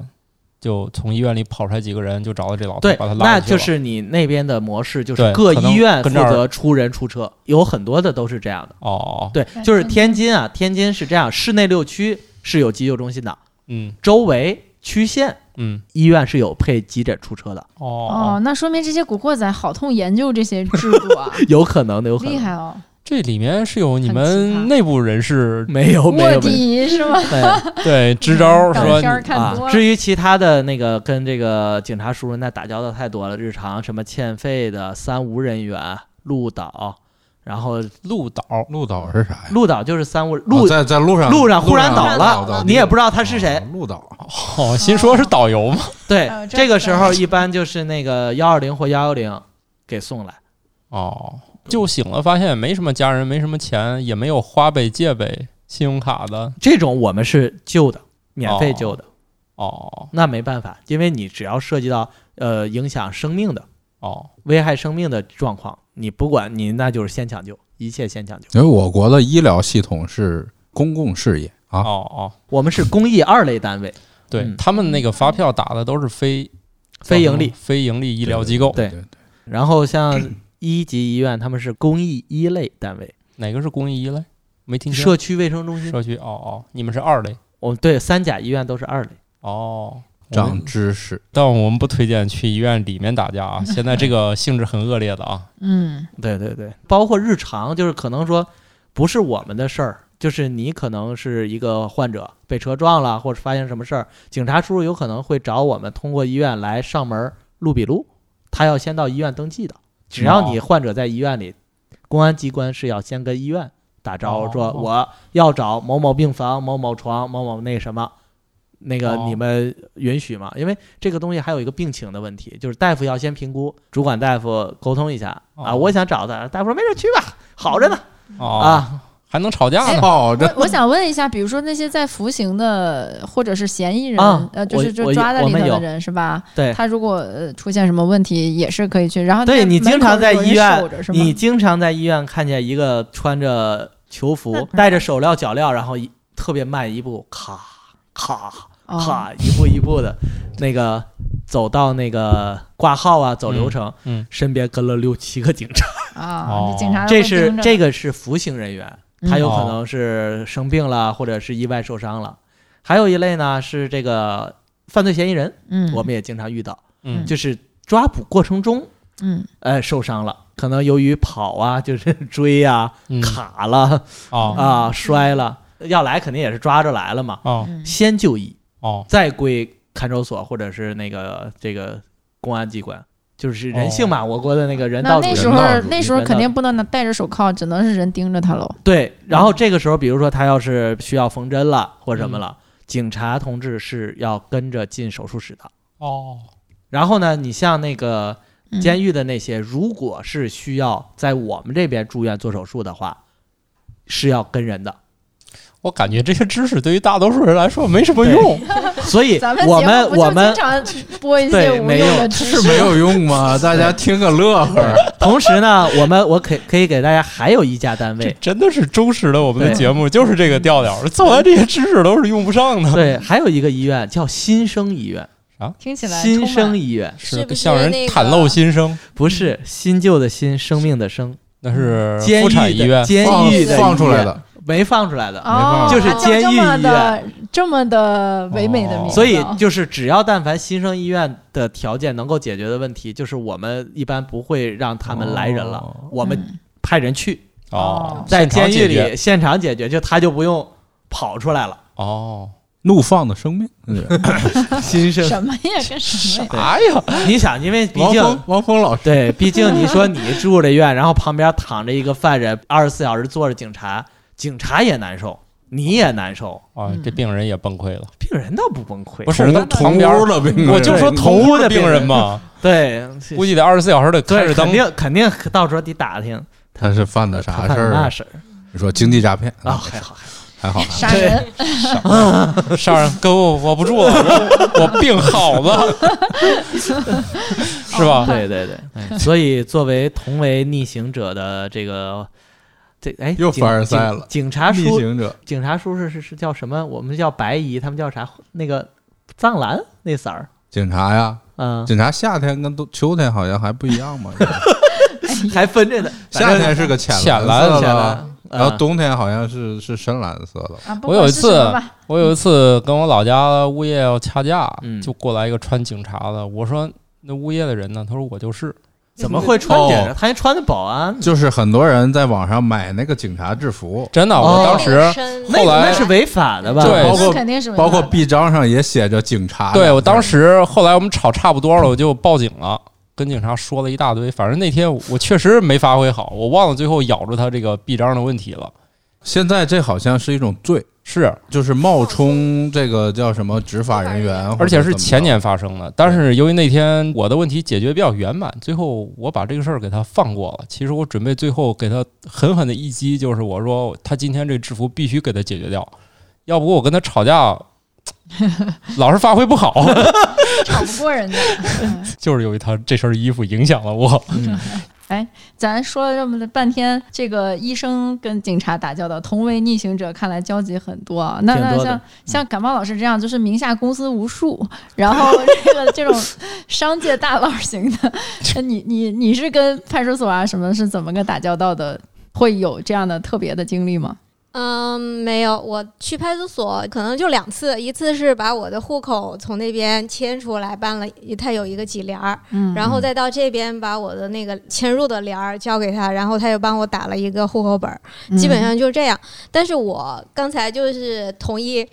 就从医院里跑出来几个人，就找到这老头，对把他，拉那出去就了。是你那边的模式，就是对各可能医院负跟这儿责出人出车，有很多的都是这样的。哦，对，就是天津啊，天津是这样，市内六区是有急救中心的，嗯周围区县嗯，医院是有配急诊出车的， <laughs> 哦哦，，那说明这些古惑仔好痛研究这些制度啊，有可能的，有可厉能。害哦，这里面是有你很奇葩们内部人 <laughs> 士没有没卧有没有底是吗？对对支招港说你片儿 <laughs> 看多啊。了，至于其他的那个跟这个警察叔叔那打交道太多了，日常什么欠费的、三无人员、鹿岛，然后鹿岛鹿岛是啥呀？鹿岛就是三无哦鹿在在路上，路上忽然倒路上啊了，你也不知道他他是谁。鹿岛哦，新说是导游嘛？对哦，这这个样时候一般就是那个幺二零或幺幺零给送来。哦，救醒了，发现没什么家人，没什么钱，也没有花呗、借呗、信用卡的。这种我们是救的，免费哦救的，哦那没办法，因为你只要涉及到呃影响生命的、哦，危害生命的状况，你不管你那就是先抢救，一切先抢救。因为我国的医疗系统是公共事业啊，哦哦，我们是公益二类单位，对、嗯他们那个发票打的都是非非盈利。非盈利医疗机构，对对然后 <clears throat> 像一级医院，他们是公益一类单位，哪个是公益一类？没听清。社区卫生中心。社区哦哦，你们是二类我们对三甲医院都是二类。哦。我们长知识。但我们不推荐去医院里面打架 <laughs> 啊！现在这个性质很恶劣的啊。嗯，对对对，包括日常，就是可能说不是我们的事儿，就是你可能是一个患者被车撞了，或者发生什么事儿，警察叔叔有可能会找我们通过医院来上门录笔录，他要先到医院登记的。只要你患者在医院里，公安机关是要先跟医院打招呼，哦说我要找某某病房、某某床、某某那什么。那个哦你们允许吗？因为这个东西还有一个病情的问题，就是大夫要先评估，主管大夫沟通一下啊，哦嗯我想找他，大夫说没事去吧，好着呢哦，啊，哎还能吵架呢？哦，这我我想问一下，比如说那些在服刑的或者是嫌疑人，啊呃，就我是就我抓在我里头们有的人是吧？对他如果呃出现什么问题，也是可以去。然后那对，你门经口常在有人医院守着是，吗你经常在医院看见一个穿着囚服、戴着手镣脚镣，然后一特别慢一步，咔咔哦咔，一步一步的，那个走到那个挂号啊，走流程，嗯嗯身边跟了六七个警察。啊，哦那警察这是这个个是服刑人员，嗯他有哦可能是生病了，或者是意外受伤了。还有一类呢是这个犯罪嫌疑人，嗯，我们也经常遇到，嗯就是抓捕过程中，嗯呃，受伤了，可能由于跑啊，就是 <laughs> 追啊，嗯卡了哦啊，摔了，要来肯定也是抓着来了嘛，哦嗯先就医，哦再归看守所或者是那个这个公安机关，就是人哦性嘛，我国的那个人那道主那义时候人道主义那时候肯定不能拿戴着手铐，只能是人盯着他喽。对，然嗯后这个时候，比如说他要是需要缝针了或什么嗯了，警察同志是要跟着进手术室的。哦然后呢，你像那个嗯监狱的那些，如果是需要在我们这边住院做手术的话，是要跟 <laughs> 人的。我感觉这些知识对于大多数人来说没什么 <laughs> 用，所以咱们我节们目不就我们经常播一些对无没用用的知是识没有用吗？大家听个乐呵。同时呢，我们我可可以给大家还有一家单这位，真的是忠实的我们的对嗯节目，就是这个调调。做完这些知识都是用不上 <laughs> 的， <laughs> 对，还有一个医院叫新生医院，听起来新充满生医院是不是向人那个袒露心声，不是嗯新旧的新，生命的生，那是嗯监妇狱的产医院。监放狱的放医出来院的，没放出来的哦，就是那监狱这么医的这么的唯美的哦名字，所以就是只要但凡新生医院的条件能够解决的问题，就是我们一般不会让他们来人了，哦我嗯们派人去哦哦，在现场监狱解决里现场解决，就他就不用跑出来了。哦，怒放的生命。新 <laughs> 嗯生，什么呀跟什 <laughs> 么呀，哎呀，你想，因为毕王峰竟，王峰老师，对，毕竟你说你住着院，然后旁边躺着一个犯人，二十四小时坐着警察，警察也难受，你也难受，啊，这病人也崩溃了。病人倒不崩溃，不是那同旁边屋了病人，我就说对同屋的病人同屋的病人嘛，对，估计得二十四小时得开对，着灯肯。定肯定到时候得打听他是犯的啥事他犯儿那啊？事儿你说经济诈骗啊，还好还好，还好。杀人，上人跟我我不住了，我我病好 <laughs> 了，是啊吧？对对对， <laughs> 哎所以作为同为逆行者的这个，这哎又警凡尔赛警了警察逆叔，行者警察叔是是是叫什么？我们叫白姨，他们叫啥？那个藏蓝那色儿，警察呀， <laughs> 嗯，警察夏天跟冬秋天好像还不一样 <laughs> 嘛。还 <laughs> 分着呢。夏天是个浅浅蓝蓝色下的，来，啊然后嗯冬天好像是是深蓝色的。啊、不我管有一是什次么吧我有一次跟我老家物业要掐架，嗯就过来一个穿警察的，我说那物业的人呢？他说我就是，怎么会穿警察？哦他还穿的保安，就是很多人在网上买那个警察制服，真的，哦我当时。那后来那是违法的吧？对包那括肯定是违包括法的臂章上也写着警察。对我当时后来我们吵差不多了，我就报警了，跟警察说了一大堆。反正那天我我确实没发挥好，我忘了最后咬住他这个臂章的问题了。现在这好像是一种罪，是，就是冒充这个叫什么执法 <laughs> 人员，而且哦或者怎么是着前年发生的。但是由于那天我的问题解决比较圆满，最后我把这个事儿给他放过了。其实我准备最后给他狠狠的一击，就是我说他今天这制服必须给他解决掉，要不我跟他吵架，老是发挥不 <laughs> 好。 <laughs> 吵不过人家。嗯就是由于他这身衣服影响了我。 <laughs> 嗯 <laughs> 咱说了这么半天，这个医生跟警察打交道，同为逆行者，看来交集很多啊。那挺那多的像嗯像感冒老师这样，就是名下公司无数，然后这个这种商界大佬型的，呃你 <laughs> 你你是跟派出所啊什么是怎么个打交道的？会有这样的特别的经历吗？嗯，没有，我去派出所可能就两次，一次是把我的户口从那边迁出来办了，他有一个几联儿，嗯然后再到这边把我的那个迁入的联儿交给他，然后他又帮我打了一个户口本儿，基嗯本上就是这样。但是我刚才就是同意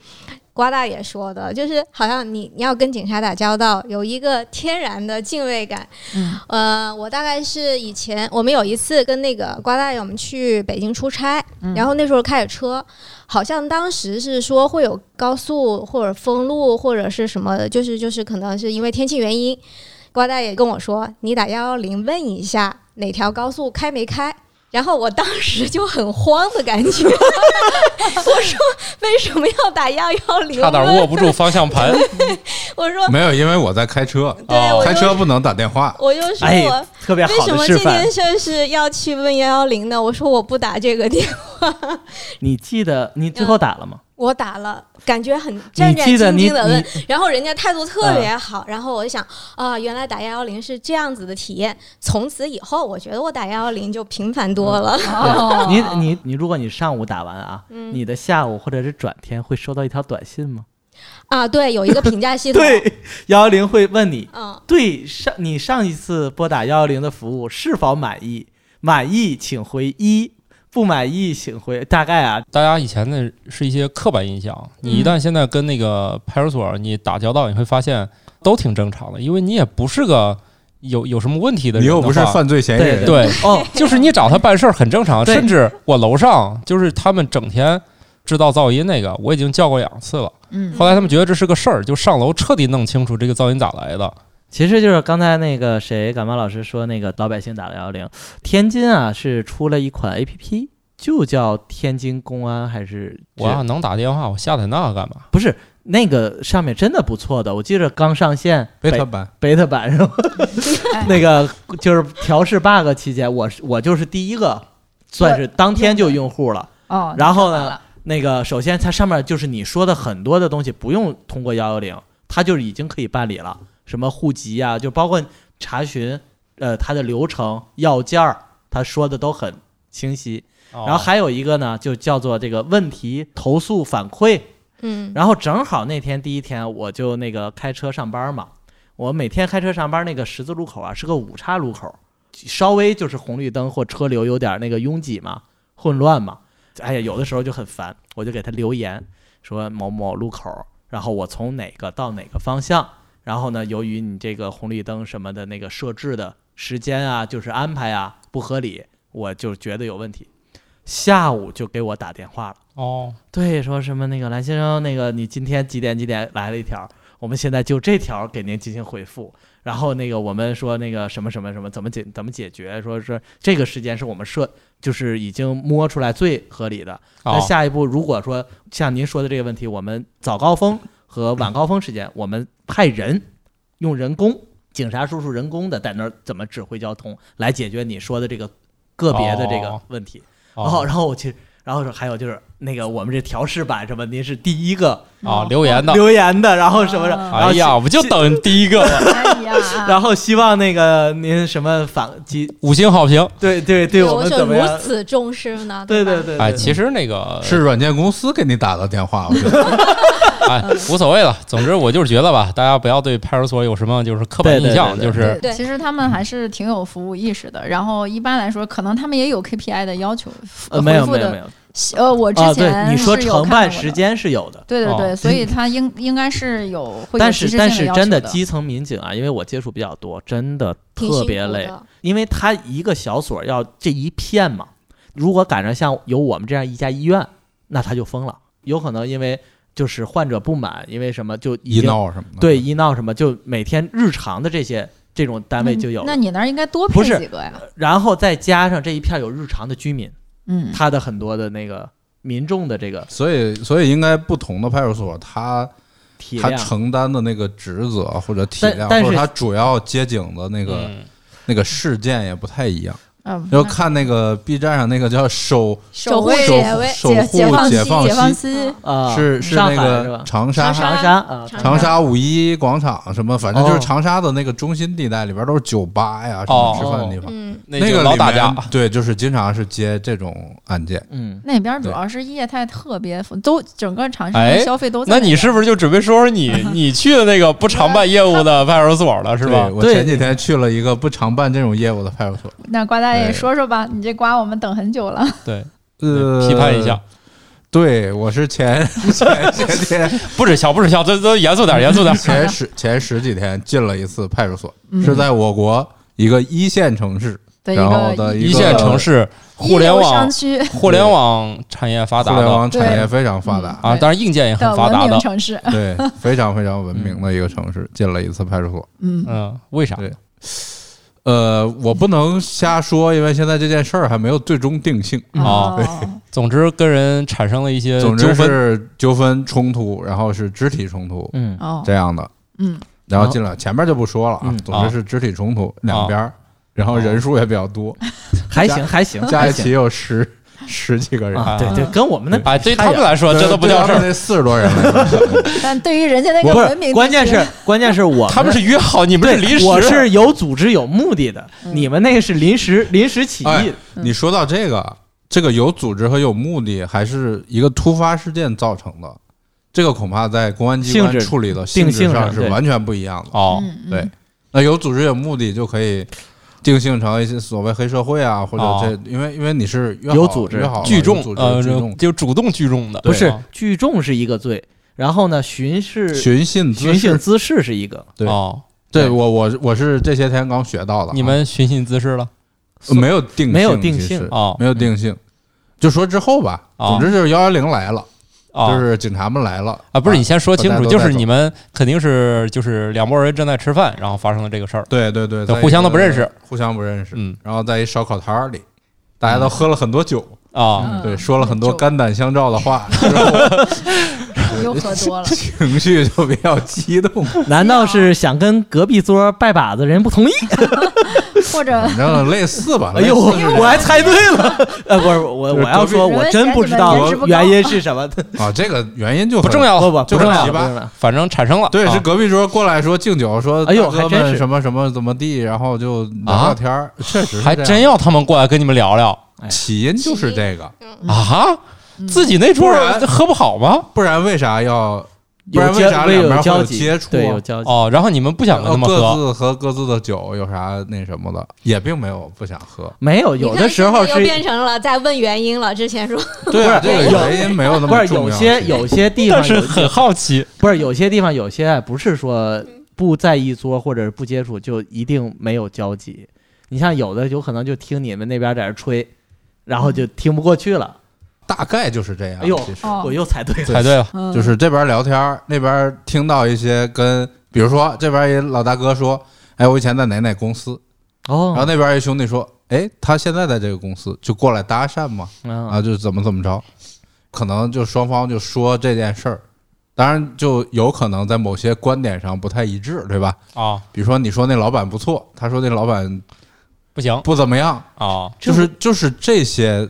瓜大爷说的，就是好像你你要跟警察打交道，有一个天然的敬畏感。嗯呃，我大概是以前我们有一次跟那个瓜大爷我们去北京出差，嗯然后那时候开着车，好像当时是说会有高速或者封路或者是什么，就是就是可能是因为天气原因，瓜大爷跟我说你打幺幺零问一下哪条高速开没开。然后我当时就很慌的感 <laughs> 觉，我说为什么要打幺幺零？差点握不住方向 <laughs> 盘。我说，没有，因为我在开车，对哦我开就车不能打电话。我就说哎我、，特别为好什的么示这范件。事儿是要去问幺幺零呢？我说我不打这个电话，你记得你最后打了吗？我打了，感觉很战战记得兢你嗯兢的问你，然后人家态度特别好，然后我就想啊、原来打幺幺零是这样子的体验，从此以后我觉得我打幺幺零就频繁多了。嗯哦你你你，如果你上午打完啊，嗯你的下午或者是转天会收到一条短信吗？ <laughs> 啊，对，有一个评价系统，对，幺幺零会问你嗯，对上你上一次拨打幺幺零的服务是否满意？满意请回一，不满意请回大概啊，大家以前的是一些刻板印象，你嗯一旦现在跟那个派出所你打交道，你会发现都挺正常的，因为你也不是个有有什么问题的你人的又话，不是犯罪嫌疑人，哎 <laughs> 对，哦，就是你找他办事儿很正常。对甚至我楼上就是他们整天制造噪音那个，我已经叫过两次了。嗯后来他们觉得这是个事儿，就上楼彻底弄清楚这个噪音咋来的。其实就是刚才那个谁感冒老师说那个老百姓打了幺幺零，天津啊是出了一款 A P P，就叫天津公安还是我要能打电话，我下载那干嘛？不是那个上面真的不错的，我记着刚上线贝贝特版贝塔版是吧？哎 <laughs> 那个就是调试 bug 期间，我是我就是第一个，算是当天就用户了。哦，然后那呢完了那个首先它上面就是你说的很多的东西不用通过幺幺零，它就是已经可以办理了，什么户籍啊，就包括查询，呃，它的流程、要件儿，它说的都很清晰。然然后还有一个呢，就叫做这个问题投诉反馈，嗯，然后正好那天第一天我就那个开车上班嘛，我每天开车上班那个十字路口啊是个五岔路口，稍微就是红绿灯或车流有点那个拥挤嘛，混乱嘛，哎呀，有的时候就很烦，我就给他留言说某某路口，然后我从哪个到哪个方向，然后呢，由于你这个红绿灯什么的那个设置的时间啊，就是安排啊不合理，我就觉得有问题，下午就给我打电话了。哦，对，说什么那个蓝先生，那个你今天几点几点来了一条？我们现在就这条给您进行回复。然后那个我们说那个什么什么什么怎么解怎么解决，说是这个时间是我们设就是已经摸出来最合理的。那哦，下一步如果说像您说的这个问题，我们早高峰和晚高峰时间，我们派人用人工警察叔叔人工的在那儿怎么指挥交通来解决你说的这个个别的这个哦问题。哦，然后我去，然后还有就是那个我们这调试版什么，您是第一个哦，留言的，留言的，然后什么的，啊然后哎呀，我就等第一个 <laughs> 了哎呀，然后希望那个您什么反击，五星好评。对对对，我们就怎么如样？此重视 <laughs> 呢？对吧对对，哎，对其实那个是软件公司给你打的电话，我觉得哎无所谓了。总之，我就是觉得吧，大家不要对派出所有什么就是刻板印象，对就对对是对其实他们还是挺有服务意识的。然后一般来说，可能他们也有 KPI 的要求，呃没有回复没的有没有呃，我之啊，前、对是你说有承看办过的时，间是有的，对对对，哦所以他应应该是有会有但及是时但性是要真求的的基层民警啊，因为我接触比较多，真的挺特辛别苦累，的因为他一个小所要这一片嘛，如果赶上像有我们这样一家医院，那他就疯了，有可能因为就是患者不满，因为什么就已医经闹什么的。对，医闹什么，就每天日常的这些这种单位就有嗯那了，你那儿应该多不配是几个呀？然后再加上这一片有日常的居民，嗯，他的很多的那个民众的这个所以所以应该不同的派出所，它体它量，承担的那个职责或者体但量，但或者是它主要接警的那个、嗯那个事件也不太一样。嗯，要看那个 B 站上那个叫守守守护卫守解围守护解放解西，解放放西西，呃，是是上那海是个吧？长沙长长沙沙啊，长长沙五一广场什么，反正就是长沙的那个中心地带里边都是酒吧呀，什么哦吃饭的地方。嗯，那个就里老面打架，对，就是经常是接这种案件。嗯，那边主对要是业态特别丰，都整个长沙哎的消费都在那边你是不是就准备说说 <laughs> 你你去的那个不常办业务的派出所了，是吧对？我对前几天去了一个不常办这种业务的派出所，那瓜大对爷说说吧，你这瓜我们等很久了。对，呃，嗯批判一下。，对我是前前前天不止笑，不止笑，这都严肃点，严肃 <laughs> 点。前十前十几天进了一次派出所，嗯是在我国一个一线城市，的一然后的个一个线城市互联一流网商区互联网产业发互达联的网产业对非常发达啊，当然硬件也很的发达文的明，城市， <laughs> 对，非常非常文明的一个城市，进了一次派出所。嗯，嗯，为啥对？呃，我不能瞎说，因为现在这件事儿还没有最终定性。嗯哦总之跟人产生了一些总纠之纷，是纠纷冲突，然后是肢体冲突嗯，哦，这样的，嗯，然后哦进了前面就不说了啊嗯。总之是肢体冲突两边儿，然后人数也比较多，还行还行，加一还起嗯行有十十几个人。啊，对对，跟我们那哎，对他们来说对这都不叫事对他儿，们那四十多人来说，但对于人家那个不文是，明，关键是关键是 <laughs> 我他们是约好，你们对是临时，我是有组织有目的的，嗯你们那个是临时临时起哎义，你说到这个，这个有组织和有目的，还是一个突发事件造成的，这个恐怕在公安机关性质处理的性定质性上上是对完全不一样的。哦，嗯，嗯对，那有组织有目的就可以定性成一些所谓黑社会啊，或者这，因为因为你是约好有组织约好了聚有众组织呃聚众就主动聚众的，不是啊聚众是一个罪，然后呢巡视寻衅滋寻衅事。滋事是一个，对哦，对我我我是这些天刚学到的啊，你们寻衅滋事了呃没有定性没有定其实性哦没有定性，就说之后吧。哦总之就是幺幺零来了，哦，就是警察们来了啊，不是，你先说清大家楚，都就是在你们肯定是就是两拨人正在吃饭，然后发生了这个事儿。对对对，对在互相一个都不认识，互相不认识。嗯然后在一烧烤摊儿里，大家都喝了很多酒，啊，嗯对，说了很多就肝胆相照的话，之后，又喝多了 <laughs> 情绪就比较激动。难道啊是想跟隔壁桌拜把子人不同意？或 <laughs> 者反正类似吧。哎呦，类似是这样我还猜对了，呃，不是我就是我要隔说壁我真不知道人家嫌你们原颜值不高因是什么，啊，这个原因就很不重。要不了，不就是不重要鸡不巴重要，反正产生了。对，啊是隔壁桌过来说敬酒，说哎呦大哥还真们是什么什么怎么地，然后就聊聊天儿，确实是啊还这样真要他们过来跟你们聊聊起因就是这个，嗯啊？自己那桌不然喝不好吗？不然为啥要不然有为接啥微两边会有交有集，接触对有啊？交集，哦，然后你们不想跟呃他们各喝，自和各自的酒有啥那什么的，也并没有不想喝。没有你有看的时候现在又是变成了在问原因了。之前 <laughs> 说对啊，不这个是有原因没有那不么是重要。有些有些地方但是有很好奇不是有些地方有些不是说不在一桌或者不接触就一定没有交集。你像有的有可能就听你们那边在这吹，然后就听不过去了。大概就是这样。哎呦嗯啊其实哦我又猜对了，猜对了，嗯就是这边聊天儿，那边听到一些跟，比如说这边一老大哥说：“哎，我以前在哪哪公司。”然后哦，那边一兄弟说：“哎，他现在在这个公司，就过来搭讪嘛。”啊，啊，就是怎么怎么着，可能就双方就说这件事儿，当然就有可能在某些观点上不太一致，对吧？啊，比如说你说那老板不错，他说那老板不行不怎么样，啊，就这是就是这些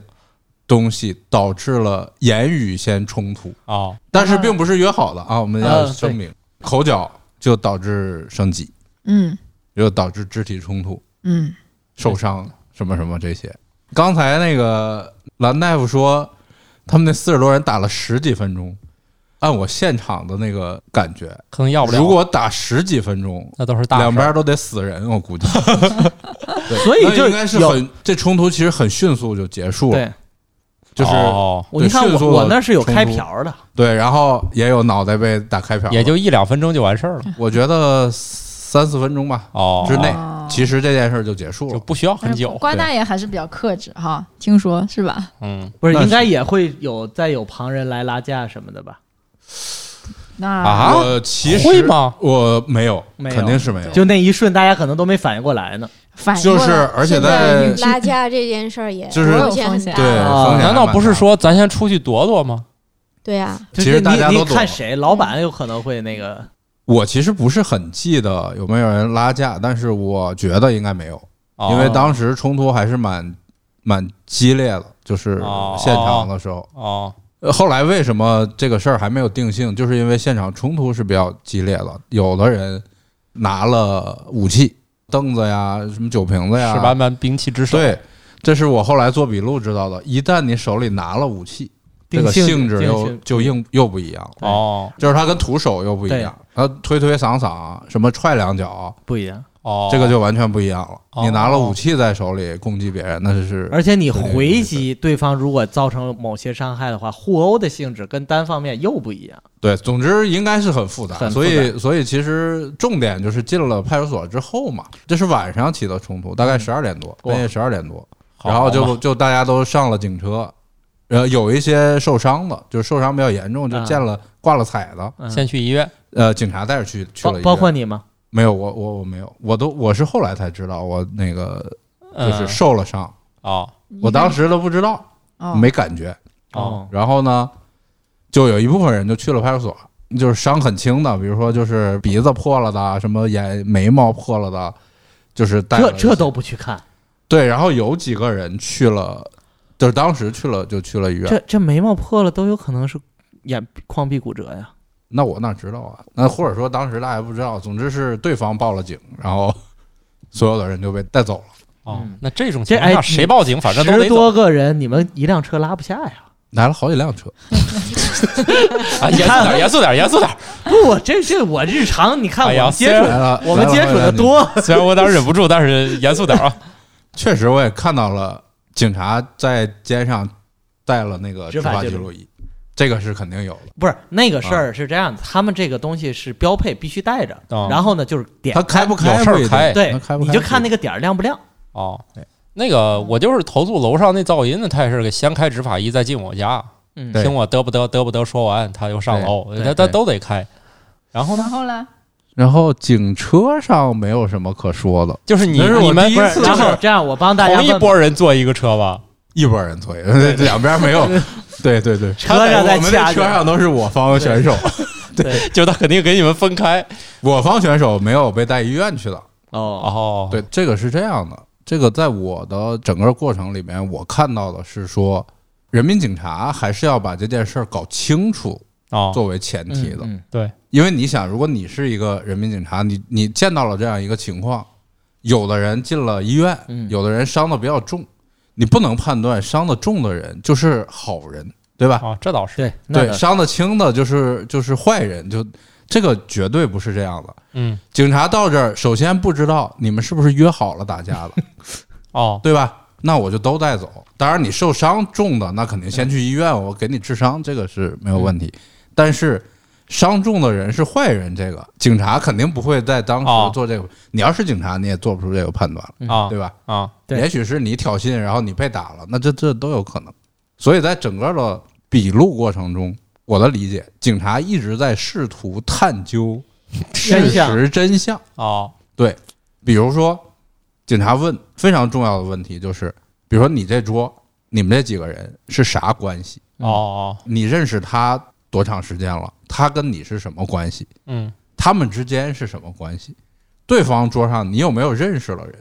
东西导致了言语先冲突，啊，但是并不是约好的啊，我们要嗯声明，口角就导致升级，嗯又导致肢体冲突，嗯，受伤什么什么这些。刚才那个蓝大夫说，他们那四十多人打了十几分钟，按我现场的那个感觉，可能要不了。如果打十几分钟，那都是大事儿两边都得死人，<laughs> 我估计。所以那就应该是有很这冲突，其实很迅速就结束了，对，就是哦我你看迅我速我地那是有冲开突瓢的，对，然后也有脑袋被打开瓢了，也就一两分钟就完事儿嗯了。我觉得三四分钟吧哦，之内哦，其实这件事儿就结束就了。不需要很久。瓜大爷还是比较克制哈，听说是吧？嗯不是那应该是也会有再有旁人来拉架什么的吧？那啊，我其实会吗？我没有，没有肯定是没有。就那一瞬，大家可能都没反应过来呢。反应就过是来而且现在运气拉架这件事儿也就是风险很大。对，啊风险还难道蛮不是大说咱先出去躲躲吗？对啊，就其是实大你家你都懂看谁，老板有可能会那个我其实不是很记得有没有人拉架，但是我觉得应该没有，哦因为当时冲突还是蛮蛮激烈的，就是哦现场的时候。哦呃后来为什么这个事儿还没有定性，就是因为现场冲突是比较激烈的，有的人拿了武器，凳子呀，什么酒瓶子呀，是板板兵器之首，啊对，这是我后来做笔录知道的。一旦你手里拿了武器，这定个性性质定又性就硬又不一样了。哦就是它跟徒手又不一样，呃，推推搡搡，什么踹两脚，不一样，哦，这个就完全不一样了。哦你拿了武器在手里攻击别人，那是而且你对对回对击对方，如果造成某些伤害的话，互殴的性质跟单方面又不一样。对，总之应该是很复杂。很所复杂以，所以其实重点就是进了派出所之后嘛，这是晚上起的冲突，大概十二点多，嗯哇半夜十二点多，好然后就嘛就大家都上了警车，呃，有一些受伤的，就是受伤比较严重，就啊见了挂了彩的，嗯先去医院呃，警察带着去去包了医包括院。你吗？没有，我我我没有，我都我是后来才知道，我那个就嗯是受了伤，哦你我当时都不知道，哦没感觉。哦，然后呢，就有一部分人就去了派出所，就是伤很轻的，比如说就是鼻子破了的，什么眼眉毛破了的，就是带这了一这些都不去看，对。然后有几个人去了，就是当时去了就去了医这院。这眉毛破了都有可能是眼眶壁骨折呀。那我哪知道啊？那或者说当时大家不知道，总之是对方报了警，然后 <laughs> 所有的人就被带走了。哦嗯，那这种情这况下哎谁报警，反正都十得走多个人，你们一辆车拉不下 <laughs> 呀。来了好几辆车，啊！严肃点，严肃点，严肃 <laughs> 点！不，我这这我日常，你看哎呀我接虽触然来了我们接触的，来了好几辆车多，虽然我有点忍不住，但是严肃点啊！确实我也看到了警察在肩上带了那个执执法法记记录录仪，这个是肯定有的。不是那个事儿是这样子，他们这个东西是标配，必须带着。哦然后呢，就是点他开不开有事不一儿定开啊对他开，不你开就不看一那个点儿亮不亮。哦，那个我就是投诉楼上那噪音的太事儿，给先开执法仪再进我家，嗯，对听我嘚不嘚嘚不嘚说完，他又上楼，对他他对都得开。然后哦然呢，后呢？然后警车上没有什么可说的，就是你那是我你们第一不是次就然是后这样，我帮大家同问一问拨人坐一个车吧？一拨人左右， <laughs> 两边 <laughs> 没有。对对对，车上再我们掐那着车上都是我方选手，对就他肯定给你们分开。 <laughs> 我方选手没有被带医院去的。哦，哦，对，这个是这样的，这个在我的整个过程里面，我看到的是说，人民警察还是要把这件事儿搞清楚哦，作为前提的。嗯对，因为你想，如果你是一个人民警察，你你见到了这样一个情况，有的人进了医院，嗯有的人伤的比较重，你不能判断伤的重的人就是好人，对吧？哦，这倒是，啊对那对，倒是伤的轻的就是就是坏人，就这个绝对不是这样的。嗯，警察到这儿，首先不知道你们是不是约好了打架的，哦，对吧？那我就都带走。当然，你受伤重的，那肯定先去医院，我给你治伤，这个是没有问题。但是伤重的人是坏人，这个警察肯定不会在当哦时做这个。你要是警察，你也做不出这个判断了，嗯啊对吧？啊，对也许是你挑衅，然后你被打了，那这这都有可能。所以在整个的笔录过程中，我的理解，警察一直在试图探究事真相实真相。哦，比如说，警察问非常重要的问题，就是比如说你这桌，你们这几个人是啥关系？嗯哦哦，你认识他多长时间了？他跟你是什么关系？嗯，他们之间是什么关系？对方桌上你有没有认识的人？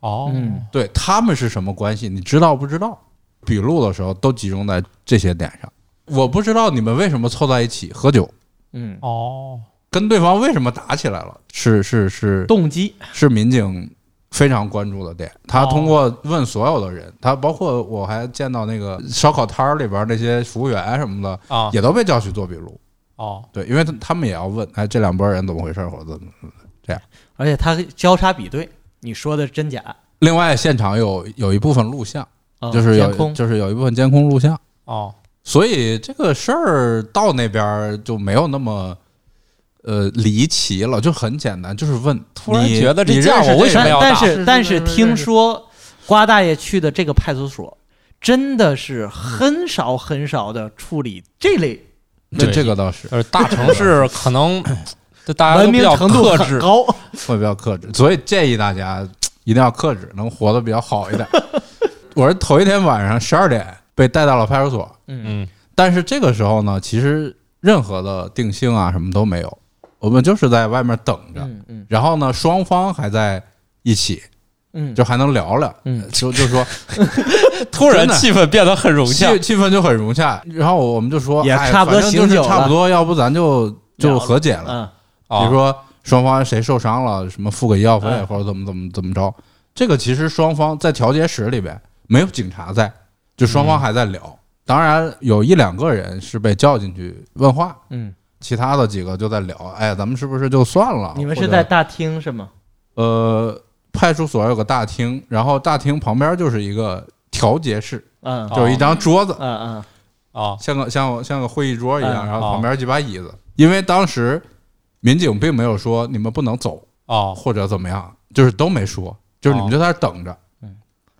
哦，嗯对他们是什么关系？你知道不知道？笔录的时候都集中在这些点上。我不知道你们为什么凑在一起喝酒，嗯，哦，跟对方为什么打起来了？是是是动机是民警非常关注的点。他哦通过问所有的人，他包括我还见到那个烧烤摊儿里边那些服务员什么的，啊，也都被叫去做笔录。哦，对，因为他他们也要问，哎，这两拨人怎么回事儿，或者怎么。而且他交叉比对，你说的真假，另外，现场有有一部分录像，啊就是监有控，就是有一部分监控录像。哦，所以这个事儿到那边儿就没有那么呃离奇了，就很简单，就是问。突然你觉得这你架认识我为什这么个要但打但是是但是是是听是说瓜大爷去的这个派出所，真的是很少很少的处理这类这对这个倒是就是大城市可能就大家文都比明较程度克很制，高。会比较克制，所以建议大家一定要克制，能活得比较好一点。 <laughs> 我是头一天晚上十二点被带到了派出所，嗯，嗯，但是这个时候呢，其实任何的定性啊什么都没有，我们就是在外面等着，嗯嗯然后呢，双方还在一起，嗯，就还能聊聊，嗯就就说 <laughs> 突然真的气氛变得很融洽，气气氛就很融洽。然后我们就说，也哎差不多反正就醒是酒差了不多，要不咱就了就了和解了。嗯哦比如说双方谁受伤了，什么付个医药费嗯或者怎么怎么怎么着，这个其实双方在调解室里边没有警察在，就双方还在聊。当然有一两个人是被叫进去问话，嗯，其他的几个就在聊，哎，咱们是不是就算了？你们或是者在大厅是吗？呃派出所有个大厅，然后大厅旁边就是一个调解室，嗯哦就有一张桌子，嗯嗯哦像个像像个会议桌一样，嗯然后哦旁边几把椅子。因为当时民警并没有说你们不能走，哦啊或者怎么样，就是都没说，就是你们哦就在那儿等着。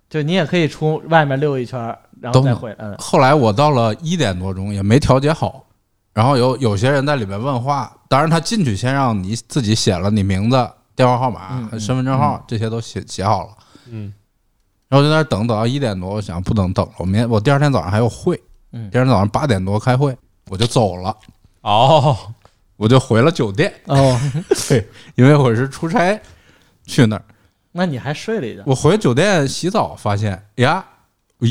就你也可以出外面溜一圈儿，然后都再能回来。 <laughs> 嗯后来我到了一点多钟也没调节好，然后有有些人在里面问话，当然他进去先让你自己写了你名字、电话号码、嗯嗯身份证号、这些都写写好了，嗯然后就在那儿等等到一点多，我想不能等了，我明天我第二天早上还有会，嗯第二天早上八点多开会，我就走了，哦我就回了酒店，哦，对，因为我是出差去那儿。那你还睡了一觉？我回酒店洗澡，发现呀，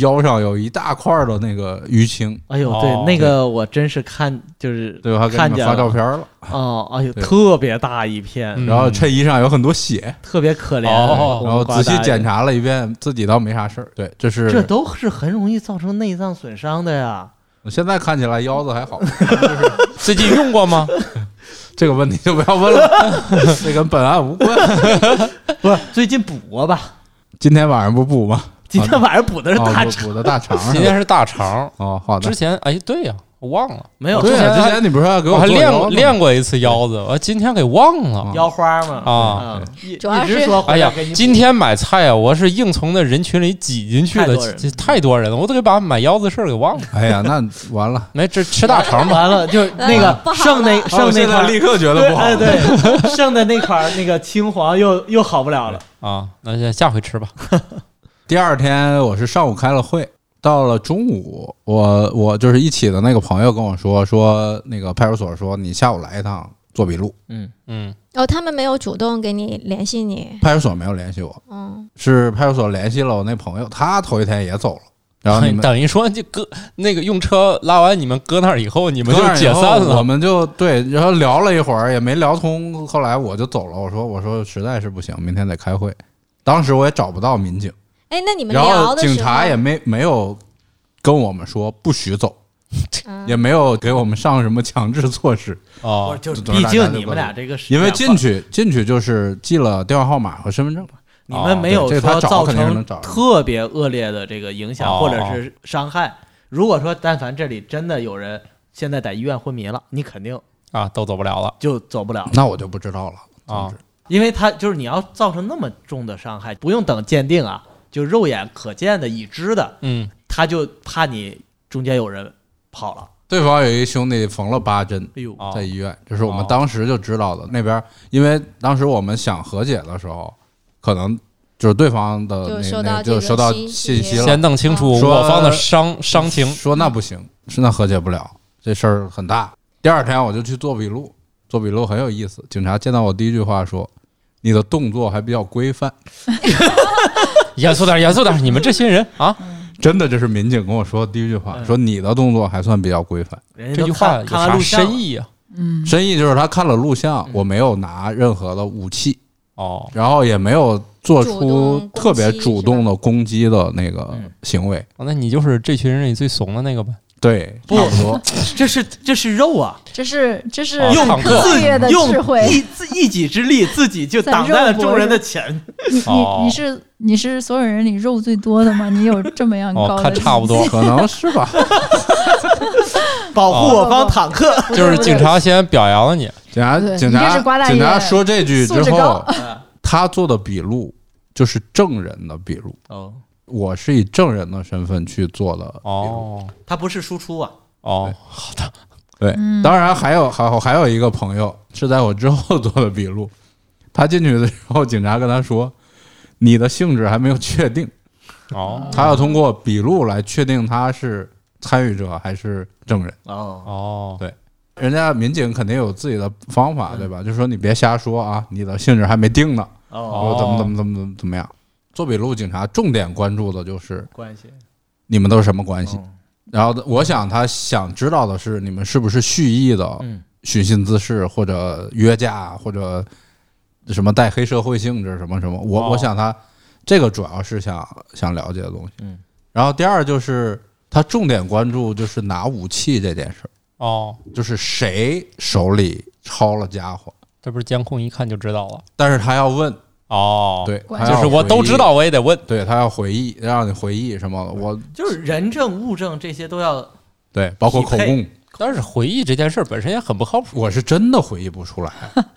腰上有一大块儿的那个淤青，哎呦，哦对，那个我真是看就是对，我还给看你见们发了照片了。哦，哎呦，对特别大一片，嗯然后衬衣上有很多血，特别可怜。哦然我们后瓜仔细大爷检，查了一遍，自己倒没啥事儿。对，这是这都是很容易造成内脏损伤的呀。我现在看起来腰子还好， <laughs> 最近用过吗？这个问题就不要问了， <laughs> 这跟本案无关。不是，最近补过吧？今天晚上不补吗？今天晚上补的是啊哦大补肠，补的大肠是吧。今天是大肠，哦，好的之。前哎对呀，我忘了，没有哦我对之前啊，之前你不是要给我我还做练腰过子吗练过一次腰子，我今天给忘了。腰花嘛？啊嗯，一主要一是直说 <laughs> 哎回来呀给你，补今天买菜啊，我是硬从那人群里挤进去太的多人，这太多人了，我都给把买腰子事儿给忘了。哎呀，那完了，没，这吃大肠 <laughs> 吧，完了，就是那哎不个好剩那了哦剩我那现块在儿立刻觉得对，不好哎了。对，剩的那块儿那个青黄又又好不了了。啊，那下下回吃吧。第二天我是上午开了会，到了中午，我我就是一起的那个朋友跟我说说那个派出所说你下午来一趟做笔录，嗯，嗯，然哦后他们没有主动给你联系你，派出所没有联系我，嗯，是派出所联系了我那朋友，他头一天也走了，然后你 <laughs> <laughs> 们。等于说就搁那个用车拉完你们搁那儿以后，你们就搁那儿以解后散了我。们就对，然后聊了一会儿也没聊通，后来我就走了。我说我说实在是不行，明天得开会。当时我也找不到民警，哎，那你们然后聊的时候，警察也没没有跟我们说不许走，<laughs> 嗯也没有给我们上什么强制措 <laughs> 施，哦，就是总是毕大家竟就你们各俩自这个时因为间进段去进去就是记了电话号码和身份证，你们没有哦对这说他找造肯定是能成找着特别恶劣的这个影响哦或者是伤害。如果说但凡这里真的有人现在在医院昏迷了，你肯定啊，都走不了了就走不了了，那我就不知道了。啊总之因为他就是你要造成那么重的伤害，不用等鉴定啊，就肉眼可见的已知的，嗯，他就怕你中间有人跑了，对方有一兄弟缝了八针哎呦，哦在医院，这是我们哦当时就知道的。那边因为当时我们想和解的时候，可能就是对方的就那收那到就这个收到信信息息了，先弄清楚说我方的伤伤情。 <laughs> 说那不行，是那和解不了，这事儿很大。第二天我就去做笔录，做笔录很有意思。警察见到我第一句话说：“你的动作还比较规范。严肃点，严肃点，你们这些 <laughs> 人啊，”真的，这是民警跟我说的第一句话，嗯说你的动作还算比较规范。人家这都句话看有看完啥录像深了，意啊？嗯，深意就是他看了录像嗯，我没有拿任何的武器，哦，然后也没有做主动出特别主动的攻击的那个嗯行为。那你就是这群人里最怂的那个 <laughs> 呗？对，不差不多。这是这是肉啊，这是这是哦用坦克自虐的用智慧。 <laughs> 一自一己之力，自己就在挡在了肉搏众人的是前。你哦你你是你是所有人里肉最多的吗？你有这么样高哦，的？看差不。多，可能 <laughs> 是吧，保哦护我方坦克。不就是不警察先表扬了你，警察对警你这察是瓜大爷警察说这句之素质后高， <laughs> 他做的笔录就是证人的笔录，哦，我是以证人的身份去做的笔录。哦他不是输出啊，哦，对，嗯当然还有还有还有一个朋友是在我之后 <laughs> 做的笔录，他进去的时候，警察跟他说：“你的性质还没有确定。”哦他要通过笔录来确定他是参与者还是证人。哦，哦，人家民警肯定有自己的方嗯法，对吧？就说你别瞎说啊，你的性质还没定呢，哦，我怎么怎么怎么怎么怎么样。做笔录，警察重点关注的就是关系，你们都是什么关系。嗯然后，我想他想知道的是你们是不是蓄意的嗯，寻衅滋事，或者约架，或者什么带黑社会性质什么什么。我哦我想他这个主要是想想了解的东西。嗯，然后第二就是他重点关注就是拿武器这件事儿，哦，就是谁手里抄了家伙，这不是监控一看就知道了。但是他要问，哦，，对，关他就要是我回忆都知，道，我也得问。对他要回忆，让你回忆什么的，我就是人证物证这些都要对，包括口匹配供，但是回忆这件事儿本身也很不靠谱。我是真的回忆 <laughs> 不出来，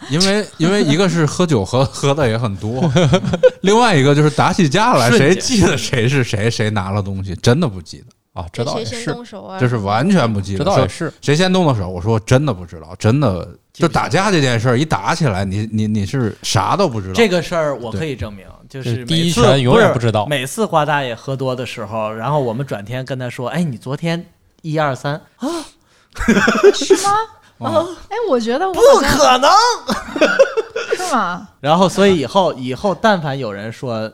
因为因为一个是喝酒喝喝的也很多， <laughs> 另外一个就是打起架来，瞬谁间记得谁是谁，谁拿了东西，真的不记得，啊，这对倒谁也先是，动手啊？这是完全不记得，这倒也是。谁先动的手？我说我真的不知道，真的记就不清打架这件事儿，一打起来，你你你是啥都不知道。这个事儿，我对可以证明，就就是第每一次拳永远不不知道是每次瓜大爷喝多的时候，然后我们转天跟他说：“哎，你昨天一二三，是吗？哦哎，我觉得我不好像可能。是吗？”然后，所以以后以后，但凡有人说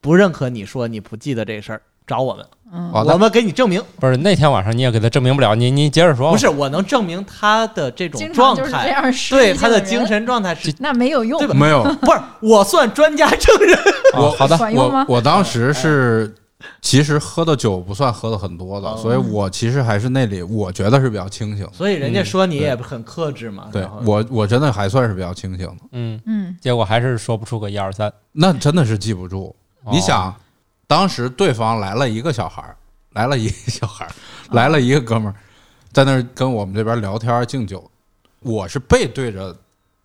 不认可你说你不记得这事儿，找我们，好我的，们给你证明。不是那天晚上你也给他证明不了，你你接着说吧。不是，我能证明他的这种经常状就是这态，样失忆对他的人精，神状态是那没有用对。吧没 <laughs> 有，不是，我算专家证人。 <laughs> 啊我好的，管用我吗？我当时是其实喝的酒不算喝的很多的，嗯哦所以我其实还是那里我觉得是比较清醒的。所以人家嗯说你对也很克制嘛。对嗯然后我我真的还算是比较清醒的，嗯，嗯，结果还是说不出个一二三。那真的是记不住。哦你想，当时对方来了一个小孩儿，来了一个小孩儿，哦来了一个哥们儿，在那儿跟我们这边聊天儿敬酒，我是背对着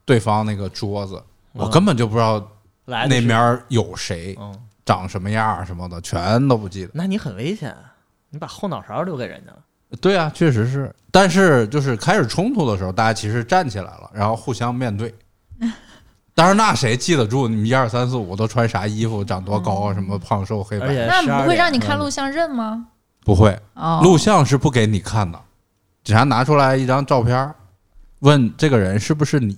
对方那个桌子，嗯我根本就不知道来的那是面儿有谁，嗯，长什么样儿什么的，全都不记得。那你很危险啊，你把后脑勺留给人家了。对啊，确实是。但是就是开始冲突的时候，大家其实站起来了，然后互相面 <laughs> 对。当然，那谁记得住你们一二三四五都穿啥衣服，长多高嗯啊，什么胖瘦黑而白？且那12不会点嗯让你看录像认吗？不会，哦，录像是不给你看的。警察拿出来一张照片儿，问这个人是不是你？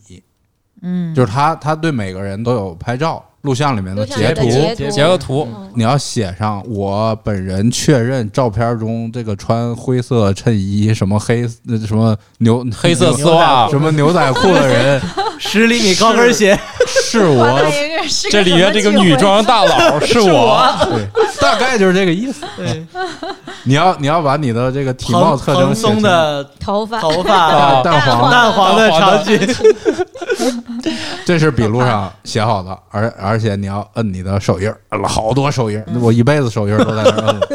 嗯，就是他，他对每个人都有拍照，录像里面的录像截里图的，截截个图，嗯你要写上我本人确认照片中这个穿灰色衬衣、什么黑呃什么牛黑色丝袜牛什么牛仔裤的人十厘米高跟鞋，是 <laughs> 哇我那，也是这里面这个女装大 <laughs> 佬是我，对，大概就是这个意思。对，你要你要把你的这个体貌蓬特征蓬写清松的头发头 <laughs> 啊发，淡黄的，淡黄的 <laughs> 长裙，这是笔录上写好的，而而且你要摁你的手印儿，摁了嗯 <laughs> 好多手印儿，我一辈子手印儿都在那儿摁了。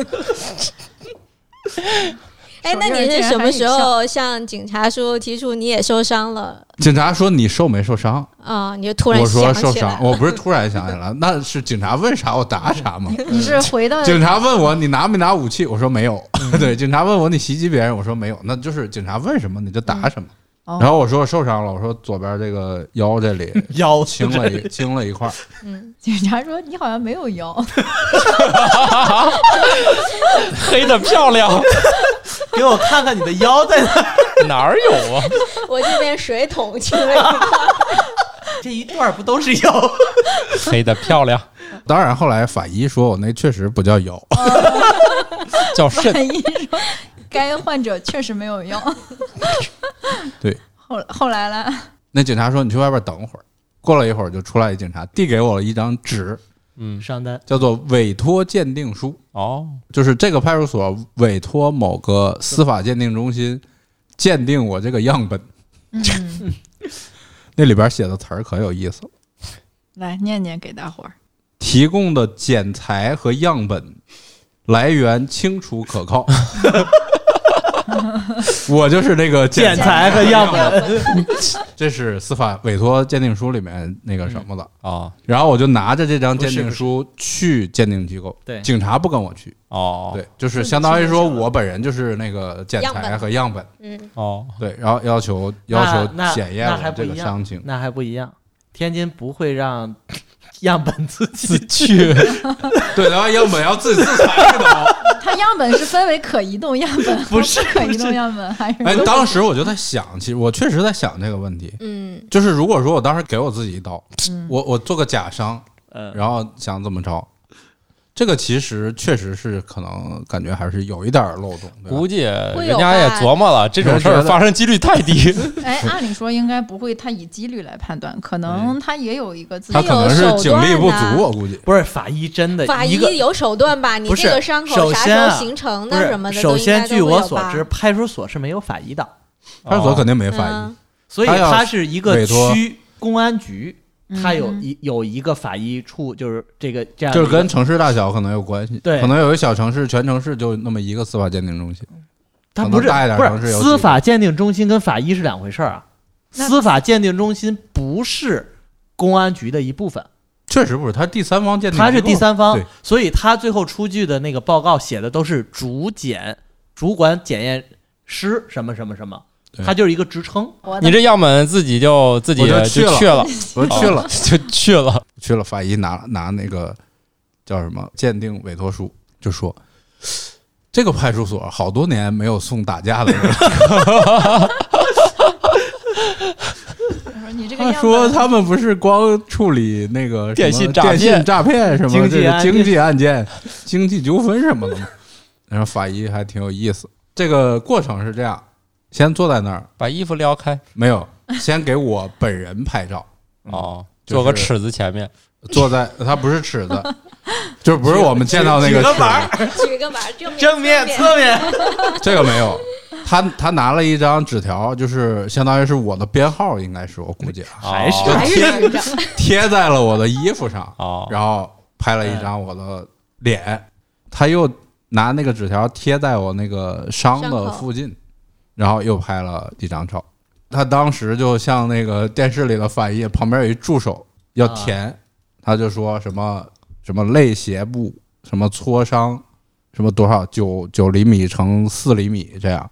哎，那你是什么时候向警察叔叔提出你也受伤了警察说你受没受伤？啊、你就突然我说想受起来 <laughs> 伤，了。我不是突然想起来，那是警察问啥我答啥嘛。你是回 <laughs> 到警察问我你拿没拿武器，我说没有。 <laughs> 对，警察问我你袭击别人，我说没有。那就是警察问什么你就答什么。哦然后我说我受伤了，我说左边这个腰这里腰青了一 <laughs> 青了一块儿，嗯，警察说你好像没有腰，黑的漂亮，给我看看你的腰在哪。 <laughs> 哪儿有 <laughs> 啊？我这边水桶去了。 <laughs> 这一段不都是腰？黑的漂亮，当然后来法医说我那确实不叫腰，叫肾。 <laughs> 万一说该患者确实没有腰。对， <laughs> 后后来呢？那警察说你去外边等会儿。过了一会儿就出来一警察，递给我了一张纸，嗯， <laughs> 上单叫做委托鉴定书。哦，就是这个派出所委托某个司法鉴定中心鉴定我这个样本，嗯，那里边写的词儿可有意思了。来念念给大伙儿。提供的检材和样本来源清楚可靠，我就是那个剪检材，裁和样本，这是司法委托鉴定书里面那个什么的。嗯哦，然后我就拿着这张鉴定不是书去鉴定机构，对警察不跟我去，哦，对，就是相当于说我本人就是那个检材和样本， <laughs> 嗯，哦，对，然后要求 <laughs> 要那求那检验那我还不这个一样伤情。那还不一样。天津不会让 <laughs> 样本自己去，对，然后样本要自己自 <laughs> 裁去的。它样本是分为可移动样本不是可移动样本，还是哎，当时我就在想，其实我确实在想这个问题，嗯，就是如果说我当时给我自己一刀，嗯我我做个假伤，呃然后想怎么着，这个其实确实是可能感觉还是有一点儿漏洞。对吧估计会人有家也吧琢磨了，这种事我儿觉得发生几率太低。哎，按理说应该不会，他以几率来判断，可能他也有一个自己他可能是警力不他有手足，啊段呐我估计。不是法医真的法一医个有手段吧？你不这是个伤口首啥先时啊候形成不的什么是。的，首先，都据应该都会我有所吧知，，派出所是没有法医的，派出所肯定没嗯法医，所以他要它是一个委托区公安局，它有嗯一有一个法医处，就是这个这样的就一是个，跟城市大小可能有关系。对可能有一小城市，全城市就那么一个司法鉴定中心。它可能不是大一点城不市是有司几法鉴定中心跟法医是两回事儿啊，那司法鉴定中心不是公安局的一部分，确实不是，他是第三方鉴定，它是第，三方对，所以它最后出具的那个报告写的都是主检主管检验师什么什么什么，对它就是一个职称。我哦你的这样本自己就自己我就就去了去了，哦我去 <laughs> 了。就去了。去了法医拿拿那个叫什么鉴定委托书，就说这个派出所好多年没有送打架的人，我说你这个 <laughs> 他样本说他们不是光处理那个什么电信诈骗电信诈骗什么经这济个案件经济案件、 <laughs> 经济纠纷什么的吗？然后法医还挺有意思，这个过程是这样：先坐在那儿，把衣服撩开，没有，先给我本人拍 <laughs> 照，哦，就是做个尺子前面，哦坐在他不是尺 <laughs> 子，就不是我们见到那举个个尺板儿子。举嗯个吧，正面、侧面， <laughs> 这个没有，他他拿了一张纸条，就是相当于是我的编号，应该是我估计啊，还是哦就还是贴这样贴在了我的衣服上，哦，然后拍了一张我的脸，他又拿那个纸条贴在我那个伤伤的口附近，然后又拍了一张照。他当时就像那个电视里的反应，旁边有一助手要啊填，他就说什么什么类斜部，什么挫伤，什么多少九九厘米乘四厘米这样，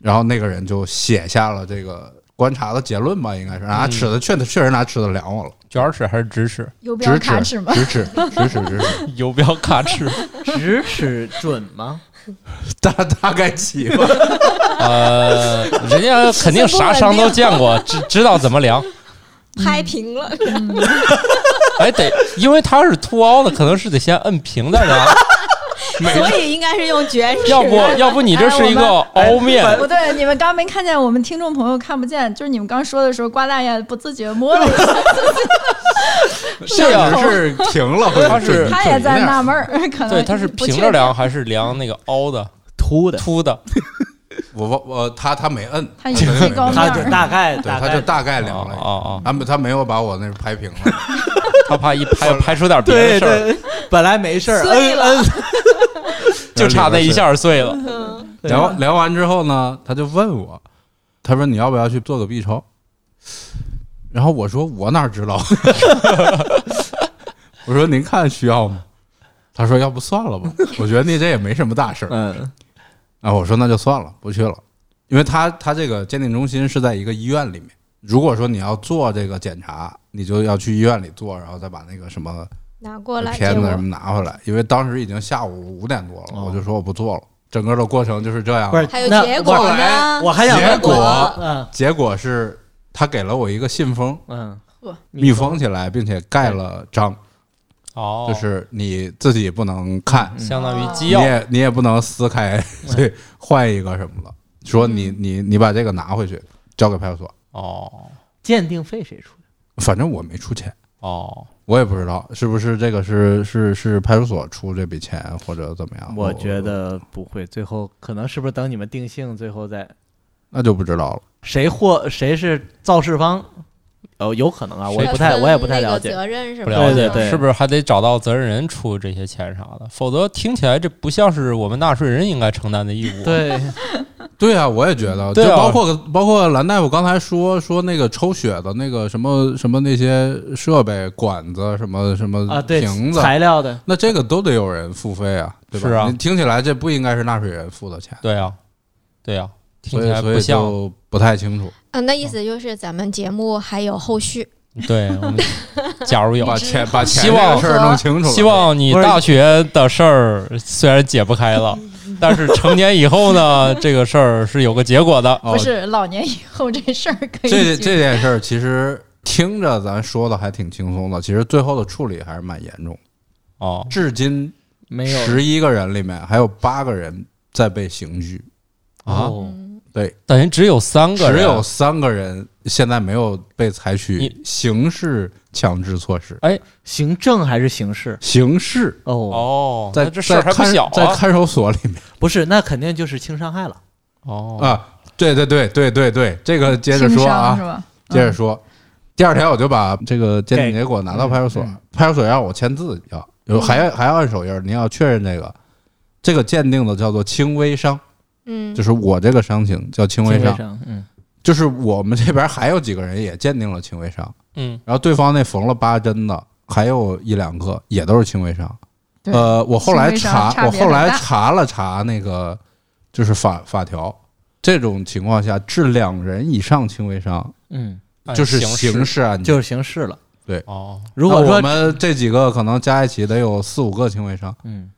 然后那个人就写下了这个观察的结论吧，应该是拿嗯尺子确确实拿尺子量我了，卷尺还是直尺？游标直卡尺尺吗？直尺直尺直尺，游标卡尺， <laughs> 直尺准吗？ <laughs> 大大概齐吧。呃，人家肯定啥伤都见过，知知 <laughs> 道怎么量。拍平了，哎，得，因为它是凸凹的，可能是得先摁平再量，所以应该是用卷尺。要不要不你这是一个凹面，不对，你们哎刚没看见，我们听众朋友看不见，就是你们刚说的时候，瓜大爷不自觉摸了一下，是呀甚至 <laughs> 是停 <laughs> 了，会他是准他也在纳。准一点闷儿，可能对，它是平着量，还是量那个凹的凸的，凸的？我我我他他没摁，他以为最高他就大概对， <laughs> 大他概就大概哦量了一下。哦哦，他没他没有把我那拍平了，他怕一拍拍出点别的对事儿， <laughs> 对，本来没事儿，所以嗯嗯，就差那一下碎了。嗯，对聊聊完之后呢，他就问我，他说你要不要去做个 B 超？然后我说我哪知道？ <laughs> 我说您看需要吗？他说要不算了吧，我觉得那这也没什么大事儿。嗯然啊后我说那就算了，不去了，因为他他这个鉴定中心是在一个医院里面。如果说你要做这个检查，你就要去医院里做，然后再把那个什么拿过来片给子什我。么拿回来。因为当时已经下午五点多了，哦我就说我不做了。整个的过程就是这样。不是，还有那结我果后呢来？哎我还想结问果嗯结果是他给了我一个信封，嗯，密封起来，并且盖了章，哦，就是嗯你自己不能看，相当于机你要，也你也不能撕开， <laughs> 对，嗯换一个什么了。说你你你把这个拿回去，交给派出所。哦鉴定费谁出？反正我没出钱，哦，我也不知道是不是这个是是是派出所出这笔钱或者怎么样。我觉得不会，最后可能是不是等你们定性，最后再那就不知道了。谁获谁是肇事方？呃，有可能啊，我也要不太分我也不太那个了解。责任是不吧？了解，啊对对是不是还得找到责任人出这些钱啥的？否则听起来这不像是我们纳税人应该承担的义务。，啊对，对啊，我也觉得，对啊就包括包括蓝大夫刚才说说那个抽血的那个什么什么那些设备、管子什么什么啊，嗯对瓶子，材料的，那这个都得有人付费啊，对吧？是啊你听起来这不应该是纳税人付的钱，对呀，对呀，听所起以来所不以像。就不太清楚。嗯，那意思就是咱们节目还有后续。对，我们假如有，把钱把钱希望这个事儿弄清楚了，希望你不是大学的事儿虽然解不开了， <laughs> 但是成年以后呢，这个事儿是有个结果的。哦不是老年以后这事儿可以这解决这件事儿其实听着咱说的还挺轻松的，其实最后的处理还是蛮严重的。哦，至今没有十一个人里面还有八个人在被刑拘，啊哦嗯，等于只有三个人，只有三个人现在没有被采取你刑事强制措施。行政还是刑事？刑事哦，哦，在那这事儿还不在看小在啊。看守所里面不是，那肯定就是轻伤害了。哦，啊。对对对对对对，这个接着轻说伤啊是，吧？嗯接着说。第二天我就把这个鉴定结果拿到派出所嗯，派出所让我签字，要有还要还要按手印儿，你要确认这个。这个鉴定的叫做轻微伤，嗯，就是我这个伤情叫轻微轻微伤，伤，嗯，就是我们这边还有几个人也鉴定了轻微伤，嗯，然后对方那缝了八针的，还有一两个也都是轻微伤。对呃，我后来查，轻微伤差我别很大后来查了查那个就是法法条，这种情况下致两人以上轻微伤嗯，哎就是刑刑事案件。就是刑事了。哦，如果那嗯啊我说，们这几个可能加一起得有四五个轻微伤，嗯，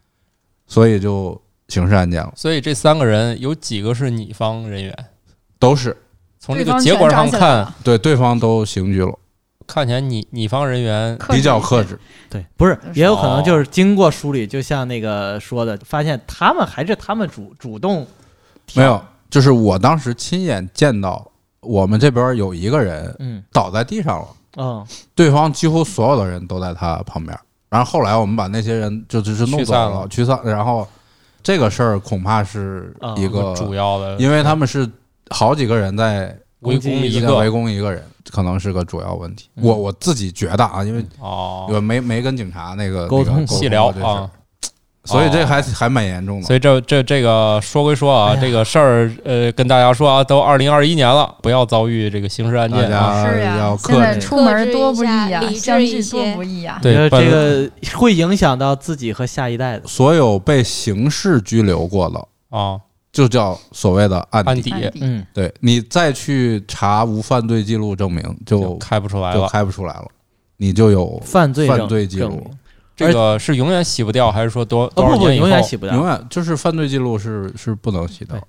所以就刑事案件了，所以这三个人有几个是你方人员？都是从这个结果上对方全抓起来看了，对对方都刑拘了，看起来你你方人员克制比较一些克制。对，不是，也有可哦能就是经过梳理，就像那个说的，发现他们还是他们主主动没有，就是我当时亲眼见到我们这边有一个人嗯倒在地上了。嗯对方几乎所有的人都在他旁边。然后后来我们把那些人就只是弄走了，驱散。然后这个事儿恐怕是一个，主要的，因为他们是好几个人在围攻攻击一在围个攻一个人，可能是个主要问题。嗯我我自己觉得啊，因为哦，我没没跟警察那个沟通那个细聊过这事儿嗯啊，所以这还还蛮严重的。所以这这这个说归说啊，哎呀这个事儿呃，跟大家说啊，都二零二一年了，不要遭遇这个刑事案大件啊。家是呀要，现克在制。出门多不易克呀制一，下相理智一聚些多不易呀。对，这本个会影响到自己和下一代的。所有被刑事拘留过的，啊，就叫所谓的案案底。底安迪嗯，对你再去查无犯罪记录证明，就就开不出来嗯就了。开不出来了，你就有犯罪犯证罪记证录明这个是永远洗不掉，还是说多哦多少不不，年以永远后？洗不掉永。远就是犯罪记录是是不能洗的对。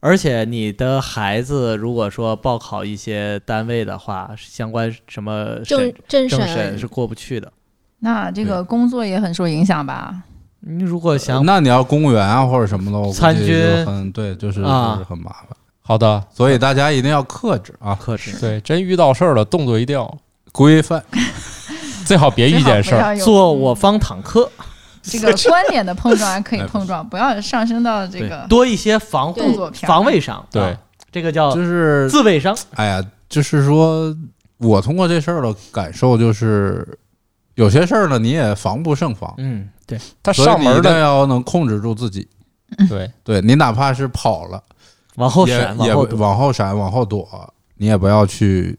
而且你的孩子如果说报考一些单位的话，相关什么政审政政审审是过不去的。那这个工作也很受影响吧？你如果想那你要公务员啊或者什么的，我估计参就军很对，就是啊就是很麻烦。好的，所以大家一定要克制啊，克制，对，真遇到事儿了，动作一定要规范。 <laughs> 最好别遇最好见事不儿。要有做我方坦克，哎这个观点的碰撞还可以碰撞，不要上升到这对个多一些防动护作片儿防卫伤，对啊，这个叫就是自卫伤。哎呀，就是说我通过这事儿的感受就是，有些事儿呢你也防不胜防，嗯，对，他所以上你一门定的要能控制住自己。对，对你哪怕是跑了，往后也闪，往也后躲往后闪，往后躲，你也不要去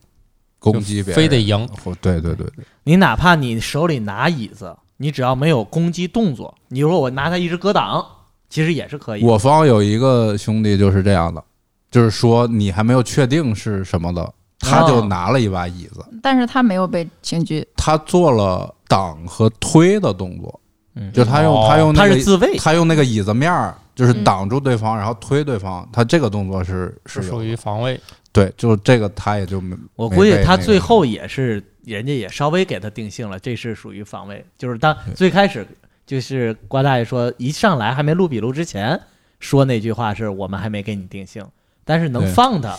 攻击别人，非得赢。或。对对对对，你哪怕你手里拿椅子，你只要没有攻击动作，你说我拿它一直格挡，其实也是可以。我方有一个兄弟就是这样的，就是说你还没有确定是什么的，他就哦拿了一把椅子，但是他没有被刑拘，他做了挡和推的动作，嗯就他用、哦他用那它个是自卫，他用那个椅子面儿就是嗯挡住对方，然后推对方，他这个动作是是是有属的于防卫，对，就是这个他也就没我估计没被他那个最后也是人家也稍微给他定性了，这是属于防卫，就是当最开始就是瓜大爷说一上来还没录笔录之前说那句话是我们还没给你定性，但是能对放他，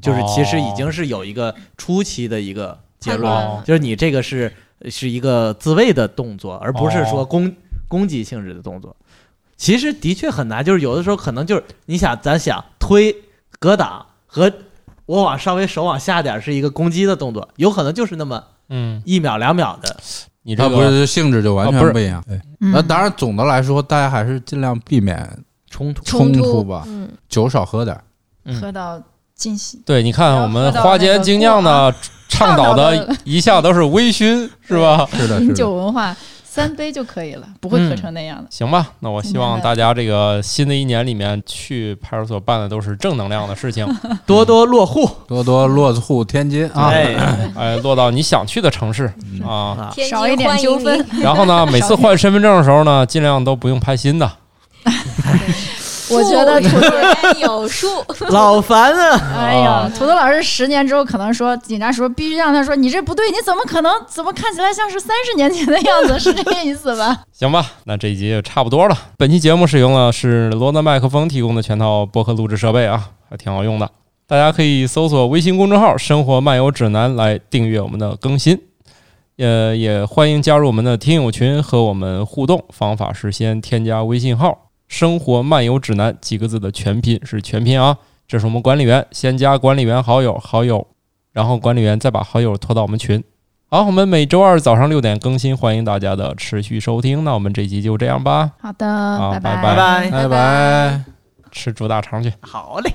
就是其实已哦经是有一个初期的一个结论，啊哦就是你这个是是一个自卫的动作，而不是说攻、攻击性质的动作。其实的确很难，就是有的时候可能就是你想，咱想推、格挡和我往稍微手往下点儿是一个攻击的动作，有可能就是那么嗯，一秒两秒的。你他这不个是性质就完啊不是全不一样。对嗯那当然，总的来说，大家还是尽量避免冲突，冲冲突吧嗯，酒少喝点儿。喝到尽兴，对，你看我们花间精酿呢，啊 <laughs> 倡导的一向都是微醺，是吧？是啊的， <laughs> 饮是酒的。文化三杯就可以了，不会喝嗯成那样的。行吧，那我希望大家这个新的一年里面去派出所办的都是正能量的事 <laughs> 情，多多落户多多落户天津啊，哎 <laughs> 哎，落到你想去的城市啊。啊！天津少一点欢迎纠纷您然后呢，每次换身份证的时候呢，尽量都不用拍新的。 <laughs> 我觉得不土人有数，老烦啊！哎呀，土豆老师十年之后可能说，警察叔必须让他说你这不对，你怎么可能？怎么看起来像是三十年前的样子？是这个意思吧？行吧，那这一集就差不多了。本期节目使用的是罗德麦克风提供的全套播客录制设备啊，还挺好用的。大家可以搜索微信公众号“生活漫游指南”来订阅我们的更新，呃，也欢迎加入我们的听友群和我们互动。方法是先添加微信号“生活漫游指南”几个字的全拼是全拼啊，这是我们管理员，先加管理员好友，好友，然后管理员再把好友 <laughs> 拖到我们群。好，我们每周二早上六点更新，欢迎大家的持续收听。那我们这集就这样吧，好的，好拜拜拜拜拜拜。吃猪大肠去。好嘞。